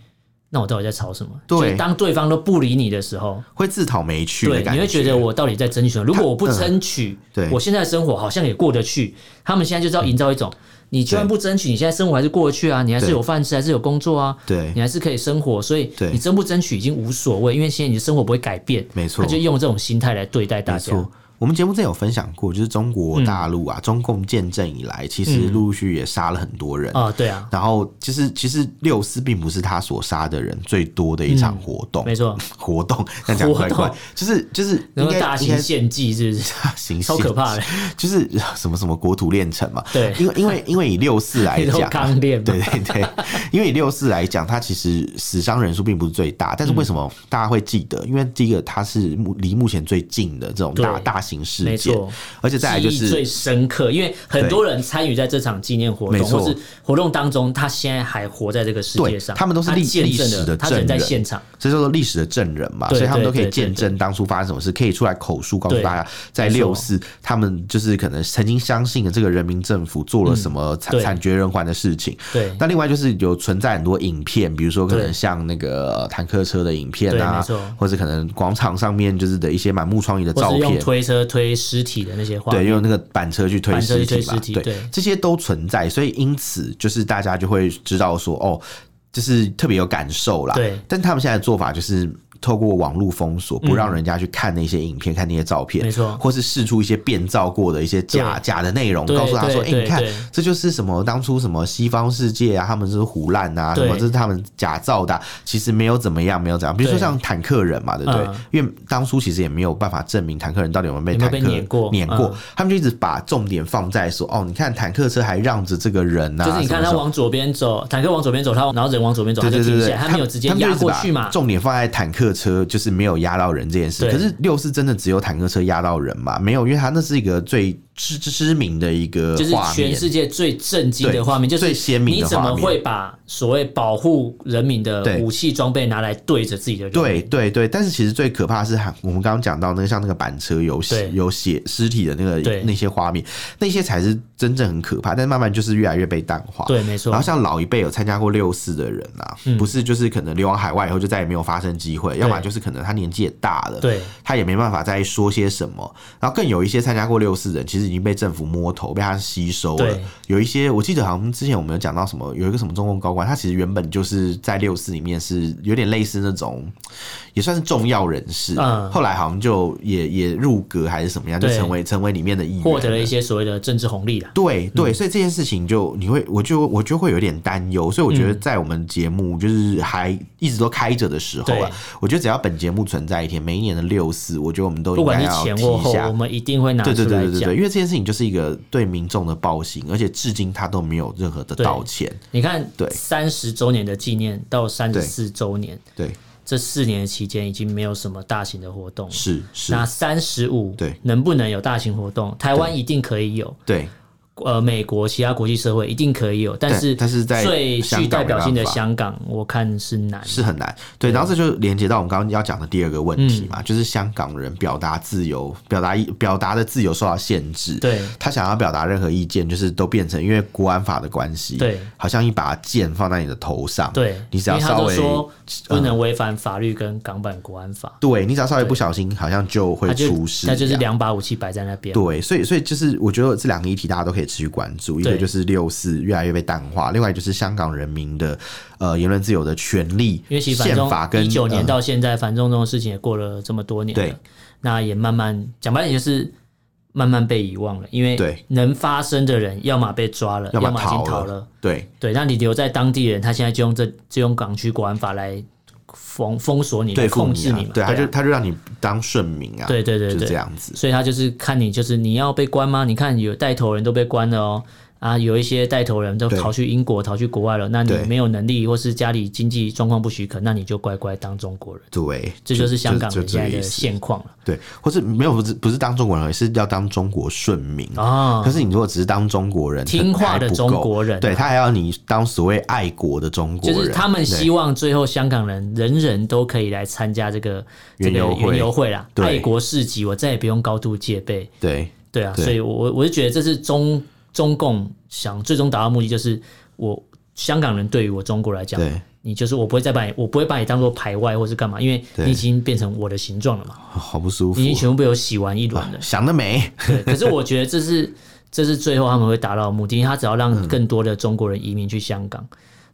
B: 那我到底在吵什么？
A: 对
B: 就是当对方都不理你的时候，
A: 会自讨没趣的
B: 对，
A: 感
B: 你会觉得我到底在争取什么？如果我不
A: 嗯
B: 争取，
A: 对嗯
B: 我现在的生活好像也过得去。他们现在就是要营造一种，你就算不争取，你现在生活还是过得去啊，你还是
A: 对
B: 有饭吃，还是有工作啊，
A: 对
B: 你还是可以生活，所以
A: 对
B: 你争不争取已经无所谓，因为现在你的生活不会改变，
A: 没错
B: 他就用这种心态来对待大
A: 没
B: 家。
A: 错。我们节目之前有分享过，就是中国大陆
B: 嗯
A: 啊，中共建政以来，其实陆陆续续也杀了很多人。
B: 哦，对嗯啊，
A: 然后，其实其实六四并不是他所杀的人最多的一场活动，
B: 没错，
A: 活动， 那讲怪
B: 活
A: 怪
B: 动，
A: 就是就是应
B: 然后
A: 该
B: 大
A: 应
B: 型
A: 该 啊
B: 献祭是不是？
A: 大型
B: 超可怕的，
A: 就是 什么什么国土炼成嘛。
B: 对
A: 因为因为因为以六四 来
B: 那种
A: 讲，
B: 钢链嘛
A: 对对对，因为以六四来讲，它其实死伤人数并不是最大，但是为什么大家会记得？因为第一个它是目离目前最近的这种大
B: 嗯对
A: 大型事
B: 没
A: 件
B: 错，
A: 而且再来就
B: 记忆最
A: 是
B: 深刻，因为很多人参与在这场纪念活
A: 没
B: 动，
A: 错
B: 或是活动当中，他现在还活在这个世界上，
A: 对他们都是历
B: 见证
A: 历史
B: 了
A: 的
B: 他人
A: 证
B: 在
A: 人
B: 现场，
A: 这叫做历史的证人嘛，
B: 对
A: 所以他们都可以
B: 对对对
A: 见证当初发生什么事，可以出来口述告诉
B: 对
A: 大家，在
B: 没错
A: 六四他们就是可能曾经相信的这个人民政府做了什么惨
B: 嗯对
A: 惨绝人寰的事情。
B: 对
A: 那另外就是有存在很多影片，比如说可能
B: 对
A: 像那个呃坦克车的影片
B: 对没
A: 啊
B: 错，
A: 或者可能广场上面就是的一些满目疮痍的
B: 或
A: 照
B: 是用
A: 片。
B: 推车推尸体的那些画
A: 对，
B: 面，
A: 用那个板车去推
B: 板车
A: 尸
B: 去
A: 体
B: 推
A: 嘛，
B: 尸体
A: 对
B: 对，
A: 这些都存在，所以因此就是大家就会知道说，哦，就是特别有感受啦。
B: 对嗯
A: 但他们现在的做法就是透过网络封锁，不让人家去看那些影片、看那些照片，
B: 没错
A: 或是试出一些变造过的一些假
B: 对
A: 假的内容，
B: 对
A: 告诉他说，哎、
B: 对对
A: 你看
B: 对
A: 这就是什么当初什么西方世界啊，他们是胡乱啊，什
B: 对
A: 么这是他们假造的啊、其实没有怎么样，没有怎样。比如说
B: 对
A: 像坦克人嘛，对不对？
B: 嗯
A: 因为当初其实也没有办法证明坦克人到底有没有被
B: 有没
A: 坦
B: 有被
A: 克
B: 碾过
A: 碾过
B: 嗯
A: 他们就一直把重点放在说，哦，你看坦克车还让着这个人呐、啊，
B: 就是你看
A: 什么
B: 他
A: 什么
B: 往左边走，坦克往左边走，他然后人往左边走，
A: 对
B: 他
A: 对
B: 就
A: 对
B: 停下
A: 对，
B: 来，他没有直接压过去嘛？
A: 重点放在坦克车，就是没有压到人这件事。
B: 对
A: 可是六是真的只有坦克车压到人嘛？没有，因为它那是一个最知知名的一个
B: 就是
A: 画
B: 全
A: 面。
B: 世界最震惊
A: 对
B: 的画面，就是
A: 最鲜明的
B: 你怎
A: 画
B: 么
A: 面
B: 会把所谓保护人民的
A: 对
B: 武器装备拿来对着自己的人？
A: 对，对对，但是其实最可怕的是韩，我们刚刚讲到那个像那个板车有血
B: 对
A: 有血尸体的那个
B: 对
A: 那些画面，那些才是真正很可怕。但是慢慢就是越来越被淡化。
B: 对，没错。嗯
A: 然后像老一辈有参加过六四的人啊，不是就是可能流亡海外以后就再也没有发生机会，要么就是可能他年纪也大了，
B: 对，
A: 他也没办法再说些什么。然后更有一些参加过六四的人，其实已经被政府摸头，被他吸收了
B: 对。
A: 有一些我记得好像之前我们有讲到什么，有一个什么中共高官，他其实原本就是在六四里面是有点类似那种，也算是重要人士，
B: 嗯
A: 后来好像就也也入阁还是什么样，就
B: 对
A: 成为成为里面的议员，
B: 获得了一些嗯所谓的政治红利啦。
A: 对对，所以这件事情就你会，我就我就会有点担忧，所以我觉得
B: 嗯
A: 在我们节目就是还一直都开着的时候啊
B: 对，
A: 我觉得只要本节目存在一天，每一年的六四，我觉得我们都
B: 不
A: 应
B: 管
A: 该
B: 是
A: 要
B: 前
A: 提
B: 或
A: 一
B: 后，
A: 下
B: 我。们一定会拿出
A: 对
B: 来
A: 对
B: 讲。
A: 对对对对，因为这件事情就是一个对民众的暴行，而且至今他都没有任何的
B: 对
A: 道歉。
B: 你看，
A: 对
B: 三十周年的纪念到三十四周年，
A: 对，
B: 这四年的期间已经没有什么大型的活动了。
A: 是是，
B: 那三十五，
A: 对
B: 能不能有大型活动？台湾一定可以有，
A: 对
B: 呃，美国其他国际社会一定可以有，但
A: 对
B: 是
A: 但是在
B: 最
A: 香
B: 具
A: 港
B: 代表性
A: 没
B: 的
A: 办法
B: 香港，我看是难。
A: 是很难。对，然后这就连接到我们刚刚要讲的第二个问题
B: 嗯
A: 嘛，就是香港人表达自由、表达表达的自由受到限制。
B: 对
A: 他想要表达任何意见，就是都变成因为国安法的关系，
B: 对，
A: 好像一把剑放在你的头上，
B: 对，
A: 你只要
B: 因为他
A: 稍
B: 都
A: 微，嗯
B: 说不能违反法律跟港版国安法，
A: 对你只要稍微不小心，好像就会
B: 他就
A: 出事一
B: 他
A: 样。
B: 就是两把武器摆在那边。
A: 对，所以所以就是我觉得这两个议题大家都可以持续关注，一个
B: 对
A: 就是六四越来越被淡化，另外就是香港人民的呃言论自由的权利，
B: 因为其实反
A: 宪法
B: 中
A: 跟
B: 一九年
A: 呃
B: 到现在，反中这种事情也过了这么多年了，
A: 对
B: 那也慢慢讲白点就是慢慢被遗忘了，因
A: 对
B: 为能发声的人，要么被抓了，
A: 要
B: 要
A: 么
B: 么已经
A: 逃
B: 逃
A: 了
B: 了，
A: 对。
B: 对，那你留在当地人，他现在就用这就用港区国安法来封封锁你，
A: 对
B: 来
A: 付
B: 控
A: 你
B: 制
A: 啊
B: 你嘛，
A: 对，他
B: 啊
A: 就他就让你当顺民啊，
B: 对对对
A: 就
B: 对
A: 这样子，
B: 所以他就是看你，就是你要被关吗？你看有带头人都被关了哦，啊，有一些带头人都
A: 对
B: 逃去英国、逃去国外了。那你
A: 对
B: 没有能力，或是家里经济状况不许可，那你就乖乖当中国人。
A: 对，
B: 这就是香港
A: 就
B: 人
A: 就这
B: 现
A: 个
B: 在
A: 意
B: 的
A: 思，
B: 现况了
A: 对，或是没有不是不是当中国人，而是要当中国顺民。
B: 啊
A: 可。是你如果只是当中国人，
B: 听话的
A: 嗯还不
B: 中
A: 够
B: 国人啊
A: 对他还要你当所谓爱国的中国
B: 就
A: 人，
B: 是他们
A: 对
B: 希望最后香港人人人都可以来参加这个这
A: 园
B: 个
A: 游会
B: 园游会啦，
A: 对
B: 爱国市集，我再也不用高度戒备。
A: 对
B: 对啊，
A: 对
B: 所以我我我就觉得这是中中共想最终达到目的，就是我香港人对于我中国来讲，
A: 对
B: 你就是我不会再把你，我不会把你当做排外或是干嘛，因为
A: 对
B: 你已经变成我的形状了嘛，
A: 好不舒服哦
B: 你已，经全部被我洗完一轮了。
A: 想得美，
B: 对，可是我觉得这是这是最后他们会达到的目的，因为他只要让更多的中国人移民去香港，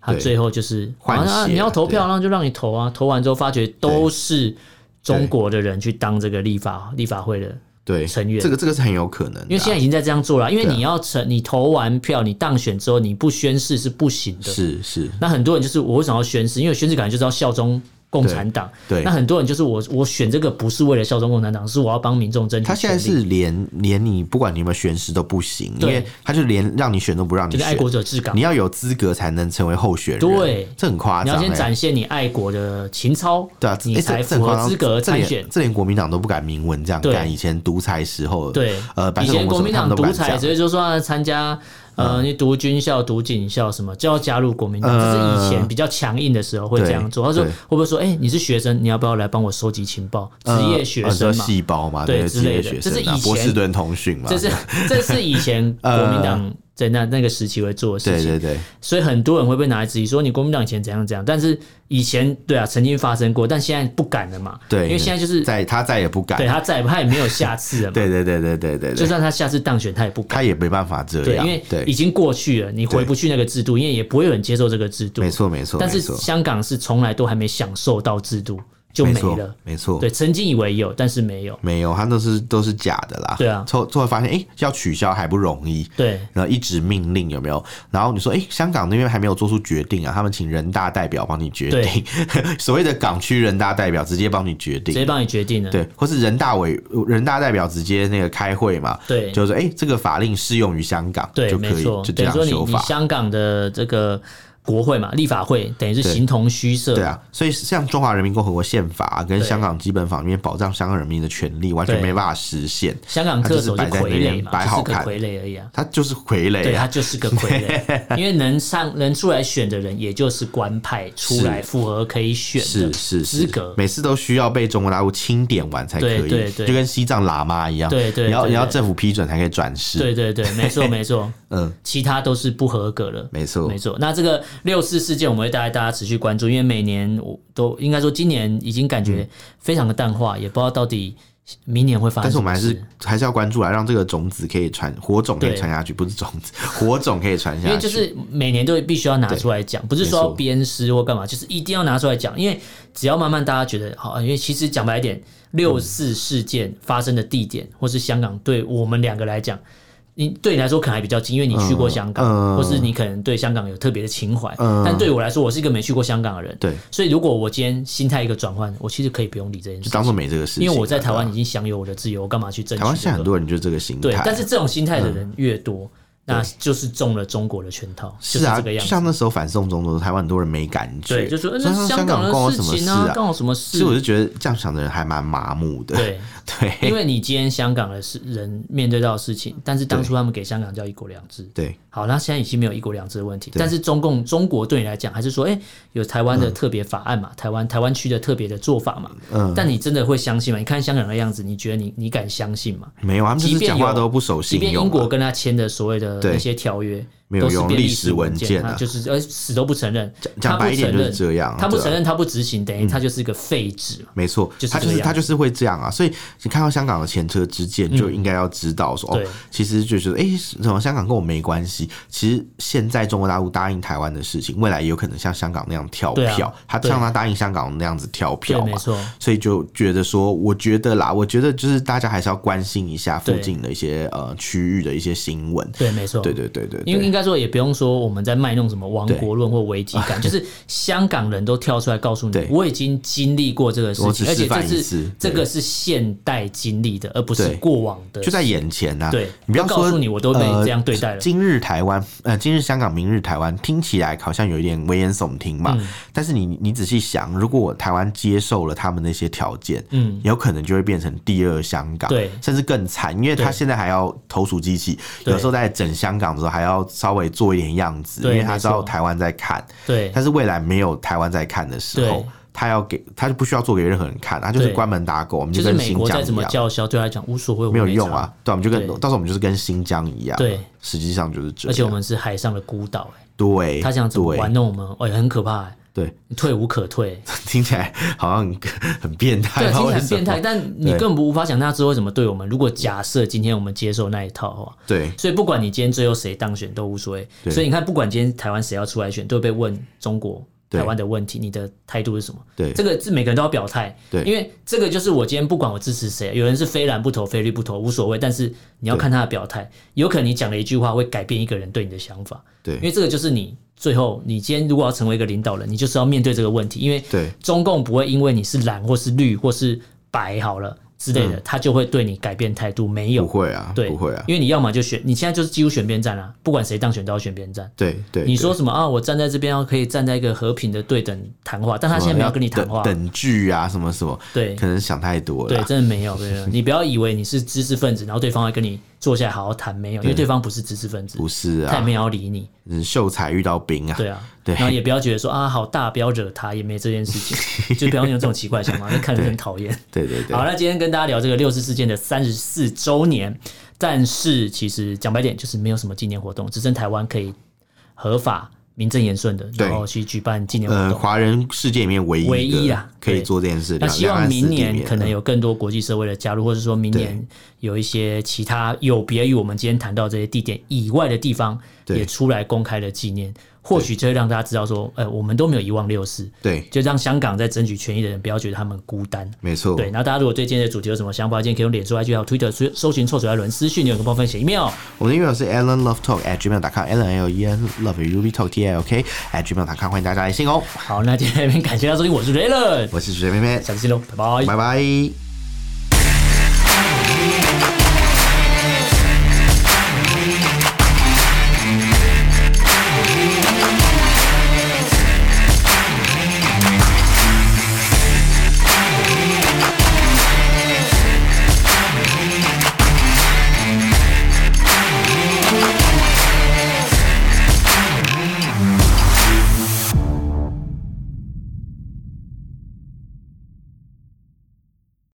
B: 他
A: 嗯对
B: 最后就是
A: 换
B: 啊那
A: 血
B: 你要投票，
A: 对
B: 那就让你投啊，投完之后发觉都是中国的人去当这个立法立法会的
A: 对
B: 成员
A: 这个这个是很有可能的啊、
B: 因为现在已经在这样做了，因为
A: 对啊
B: 你要成，你投完票，你当选之后，你不宣誓是不行的。
A: 是是，
B: 那很多人就是我为什么要宣誓？因为宣誓感觉就是要效忠共产党。
A: 对
B: 那很多人就是我，我选这个不是为了效忠共产党，是我要帮民众争取
A: 他
B: 权利。
A: 现在是连连你不管你有没有宣誓都不行，因
B: 对
A: 为他就连让你选都不让你
B: 就是爱
A: 选，
B: 国者治港，
A: 你
B: 你
A: 要有资格才能成为候选人，
B: 对
A: 这很夸张、
B: 要
A: 欸，
B: 先展现你爱国的情操，
A: 对啊，
B: 你
A: 诶
B: 才
A: 这这很
B: 符
A: 夸
B: 合
A: 张
B: 资格
A: 这
B: 参
A: 连
B: 选。
A: 这连国民党都不敢明文这样
B: 对
A: 干，以前独裁时候，
B: 对，
A: 呃，白
B: 以
A: 色
B: 前
A: 恐怖什
B: 国
A: 么
B: 民
A: 他
B: 党
A: 们都不
B: 独
A: 敢
B: 裁，
A: 讲
B: 所以就说要参加呃，你读军校、读警校什么，就要加入国民党。
A: 嗯
B: 这是以前比较强硬的时候会这样做。
A: 对
B: 他说
A: 对
B: 会不会说，哎，你是学生，你要不要来帮我收集情报？职
A: 呃
B: 业学
A: 呃
B: 生
A: 说
B: 嘛，
A: 细胞嘛，
B: 对之
A: 职业
B: 类的
A: 学
B: 这
A: 生
B: 是
A: 啊
B: 以，
A: 波士
B: 前
A: 顿通讯嘛，
B: 这 是这是以前国民党在那那个时期会做的事
A: 对
B: 情。
A: 呃对对，
B: 所以很多人会被拿来质疑说你国民党以前怎样怎样，但是以前对啊曾经发生过，但现在不敢了嘛。
A: 对
B: 因为现在就是
A: 再他再也不敢
B: 对，他再也他也没有下次了嘛。
A: 对对对对对对
B: 就
A: 对，
B: 算他下次当选，他也不敢。
A: 他也没办法这
B: 对，因
A: 样
B: 为，已
A: 对，
B: 经过去了，你回不去那个制度，因为也不会有人接受这个制度。
A: 没。错没错，
B: 但是
A: 没错
B: 香港是从来都还没享受到制度，就
A: 没
B: 没
A: 错哦
B: 了。
A: 没错，
B: 对，曾经以为有，但是没有。
A: 没有，他都是都是假的啦，
B: 对啊
A: 后最后发现，哎，要取消还不容易，
B: 对，
A: 然后一纸命令有没有？然后你说，哎、香港那边还没有做出决定啊，他们请人大代表帮你决定， 所谓的港区人大代表直接帮你决
B: 直接
A: 定，
B: 帮你决定了。
A: 对，或是人大委人大代表直接那个开会嘛，
B: 对
A: 就是说，哎、这个法令适用于香港，
B: 对，
A: 就可
B: 没
A: 以
B: 错。
A: 就这
B: 等于
A: 样
B: 说
A: 修
B: 你你
A: 法。
B: 香港的这个国会嘛，立法会等于是
A: 对
B: 形同虚设。
A: 对啊，所以像中华人民共和国宪法、跟
B: 对
A: 香港基本法里面保障香港人民的权利，完全
B: 对
A: 没办法实现，
B: 香港特首
A: 他
B: 就
A: 就是摆在
B: 傀
A: 那边
B: 儡嘛，
A: 摆好
B: 就是个
A: 看
B: 傀儡而已啊。
A: 他就是傀
B: 对
A: 儡、
B: 他
A: 啊。
B: 就是个傀 儡，因为能上能出来选的人，也就是官派出来符合可以选
A: 是
B: 的
A: 是是
B: 资格。
A: 每次都需要被中国大陆清点完才可
B: 对
A: 以，
B: 对对
A: 就跟西藏喇嘛一样，
B: 对对
A: 你要
B: 对
A: 你要
B: 对
A: 政府批准才可以转世，
B: 对对对，没 错没错，
A: 嗯，
B: 其他都是不合格的。
A: 没错
B: 没，错，那这个六四事件我们会带大家持续关注，因为每年我都应该说今年已经感
A: 嗯
B: 觉非常的淡化，也不知道到底明年会发
A: 但是
B: 生什
A: 我们
B: 么
A: 还
B: 事。
A: 是还是要关注啊，让这个种子可以传火种可以
B: 对
A: 传下去，不是种子， 火种可以传下去。
B: 因为就是每年都必须要拿出来讲，不是说要鞭尸或干嘛，就是一定要拿出来讲。因为只要慢慢大家觉得好，因为其实讲白一点，六四事件发生的地
A: 嗯
B: 点、或是香港，对我们两个来讲，你对你来说可能还比较近，因为你去过香港，
A: 嗯嗯
B: 或是你可能对香港有特别的情怀。
A: 嗯
B: 但对我来说，我是一个没去过香港的人，
A: 对，
B: 所以如果我今天心态一个转换，我其实可以不用理这件
A: 就
B: 事
A: 当做
B: 情，
A: 没这个事情啊。
B: 因为我在台湾已
A: 对吧，
B: 经享有我的自由，我干嘛去争取、
A: 台湾现在
B: 这
A: 很
B: 个？
A: 多人就这个心
B: 对
A: 态，，嗯
B: 但是这种心态的人越多，那就是中了中国的圈套，
A: 是
B: 就是
A: 啊，
B: 这个
A: 就
B: 样
A: 像
B: 子。
A: 那时候反送中的时候，台湾很多人没感觉，
B: 对，就说呃
A: 所以
B: 那
A: 说
B: 香
A: 香港
B: 的
A: 关我什么
B: 事
A: 事
B: 情啊，
A: 啊？
B: 关我什么
A: 其
B: 事
A: 实？我就觉得这样想的人还蛮麻木的，
B: 对，因
A: 对
B: 为你今天香港的事人面对到的事情，但是当初他们给香港叫一国两制，
A: 对
B: 好，那现在已经没有一国两制的问题，但是中共中国对你来讲还是说，哎、有台湾的特别法案嘛，台湾台湾区的特别的做法嘛，
A: 嗯
B: 但你真的会相信吗？你看香港的样子，你觉得你你敢相信吗？
A: 没有，他们就
B: 即
A: 是
B: 便
A: 讲话
B: 有
A: 都不守
B: 即
A: 信
B: 便
A: 用
B: 英国
A: 啊，
B: 跟他签的所谓的
A: 对
B: 那些条约，
A: 没有
B: 都是
A: 用
B: 变
A: 历史
B: 史
A: 文
B: 件，
A: 件啊
B: 他就是呃死都不承认，他
A: 讲白
B: 不
A: 一点
B: 承
A: 就是
B: 认，
A: 这样啊，
B: 他不
A: 对啊
B: 承认，他不执行，等于他就是一个废纸嘛。
A: 没错，
B: 就是
A: 他就
B: 这
A: 是
B: 样嗯
A: 他就是会这样啊，所以你看到香港的前车之鉴，就应该要知道说、
B: 对
A: 哦，其实就觉得哎，诶什么香港跟我没关系。其实现在中国大陆答应台湾的事情，未来也有可能像香港那样跳
B: 对啊
A: 票，他
B: 对
A: 像他答应香港那样子跳
B: 对，
A: 票啊
B: 没
A: 嘛。
B: 错，
A: 所以就觉得说，我觉得啦，我觉得就是大家还是要关心一下附
B: 对
A: 近的一些呃区域的一些新闻。
B: 对，没错，
A: 对对对对
B: 因为
A: 对，
B: 应该说也不用说我们在卖弄什么亡国论或危机 感，就是香港人都跳出来告诉你
A: 对，
B: 我已经经历过这个事
A: 我
B: 情，
A: 只
B: 而且
A: 示
B: 这
A: 范一
B: 是
A: 次
B: 这
A: 对
B: 个是现代经历的，而不是
A: 对
B: 过往的。
A: 就在眼前呐、
B: 对
A: 你不要
B: 就
A: 说
B: 告诉你我都被这样对待了
A: 呃今日台湾，呃，今日香港，明日台湾，听起来好像有一点危言耸听嘛。
B: 嗯
A: 但是你你仔细想，如果台湾接受了他们那些条件，
B: 嗯，
A: 有可能就会变成第二香港，
B: 对
A: 甚至更惨，因为他
B: 对
A: 现在还要投鼠忌器，
B: 对
A: 有时候在整香港的时候还要稍微做一点样子，因
B: 对
A: 为他
B: 没
A: 知道
B: 错
A: 台湾在看，
B: 对
A: 但是未来没有台湾在看的时候
B: 对。
A: 他要给他就不需要做给任何人看，他就是
B: 对
A: 关门打狗，我们
B: 就是
A: 跟
B: 美
A: 新
B: 国
A: 疆
B: 再
A: 一
B: 怎么
A: 样。
B: 叫嚣，对他来讲无所谓，我
A: 没有
B: 没
A: 用
B: 差
A: 啊，。对啊，我们就跟
B: 对
A: 到时候我们就是跟新疆一样，
B: 对，
A: 实际上就是这样，
B: 而且我们是海上的孤岛、欸，
A: 对，
B: 他想怎么
A: 哎对
B: 玩弄我们，哎、很可怕、欸，
A: 对，
B: 退无可退。
A: 听起来好像很很变态，
B: 对，
A: 不知道
B: 听起来
A: 为
B: 很
A: 什么
B: 变态，，但你
A: 对
B: 更无法想象他之后会怎么对我们。如果假设今天我们接受那一套的话，
A: 对，
B: 所以不管你今天最后谁当选都无所谓。
A: 对
B: 所以你看，不管今天台湾谁要出来选，都会被问中国
A: 对
B: 台湾的问题，你的态度是什么？
A: 对
B: 这个是每个人都要表态，
A: 对
B: 因为这个就是我今天不管我支持谁，有人是非蓝不投，非绿不投，无所谓，但是你要看他的表态，有可能你讲了一句话会改变一个人对你的想法，因
A: 对
B: 为这个就是你最后你今天如果要成为一个领导人，你就是要面对这个问题，因为
A: 对
B: 中共不会因为你是蓝或是绿或是白好了之类的，他就会对你改变态度，没
A: 嗯不
B: 有。
A: 会啊，
B: 对，
A: 不会啊，
B: 因为你要么就选，你现在就是几乎选边站啊，不管谁当选都要选边站。
A: 对对，
B: 你
A: 对
B: 说什么啊？我站在这边要可以站在一个和平的对等谈话，但他现在没有跟你谈话，
A: 哦等等距啊，什么什么，
B: 对
A: 可能想太多了
B: 对，
A: 啦。
B: 真的没有，没有。你不要以为你是知识分子，然后对方会跟你坐下来好好谈，没有，因为对方不是知识分子，
A: 不是
B: 他也
A: 啊，
B: 没有要理你，
A: 嗯秀才遇到兵啊，
B: 对啊，
A: 对
B: 然后也不要觉得说啊好大，不要惹他，也没这件事情，就不要用这种奇怪的想法，那看着很讨厌。
A: 对对 对
B: 好，，那今天跟大家聊这个六四事件的三十四周年，但是其实讲白点，就是没有什么纪念活动，只剩台湾可以合法、名正言顺的，
A: 对
B: 然后去举办纪念活
A: 呃，
B: 动。
A: 华人世界里面唯一
B: 唯一
A: 个
B: 啊
A: 可以
B: 对
A: 做这件事，
B: 那
A: 两
B: 希
A: 两
B: 望
A: 岸四
B: 明
A: 地
B: 年
A: 面
B: 可能
A: 嗯
B: 有更多国际社会的加入，或者说明年有一些其他有别于我们今天谈到这些地点以外的地方，
A: 对
B: 也出来公开的纪念，或许就会让大家知道说，呃，我们都没有遗忘六四，
A: 对，
B: 就让香港在争取权益的人不要觉得他们孤单。
A: 没错，
B: 对，然后大家如果对今天的主题有什么想法，建议可以用脸书、IG 还有 Twitter 搜搜寻“臭水艾伦”私讯，你有个部分写 email。
A: 我们的 email 是 alan love talk at gmail com alan l e n love u b talk t l k at gmail com，欢迎大家来信哦。
B: 好，那今天这边感谢大家收听，我是 Raylan，
A: 我是主持人偏偏，
B: 下次见喽，拜拜
A: 拜拜。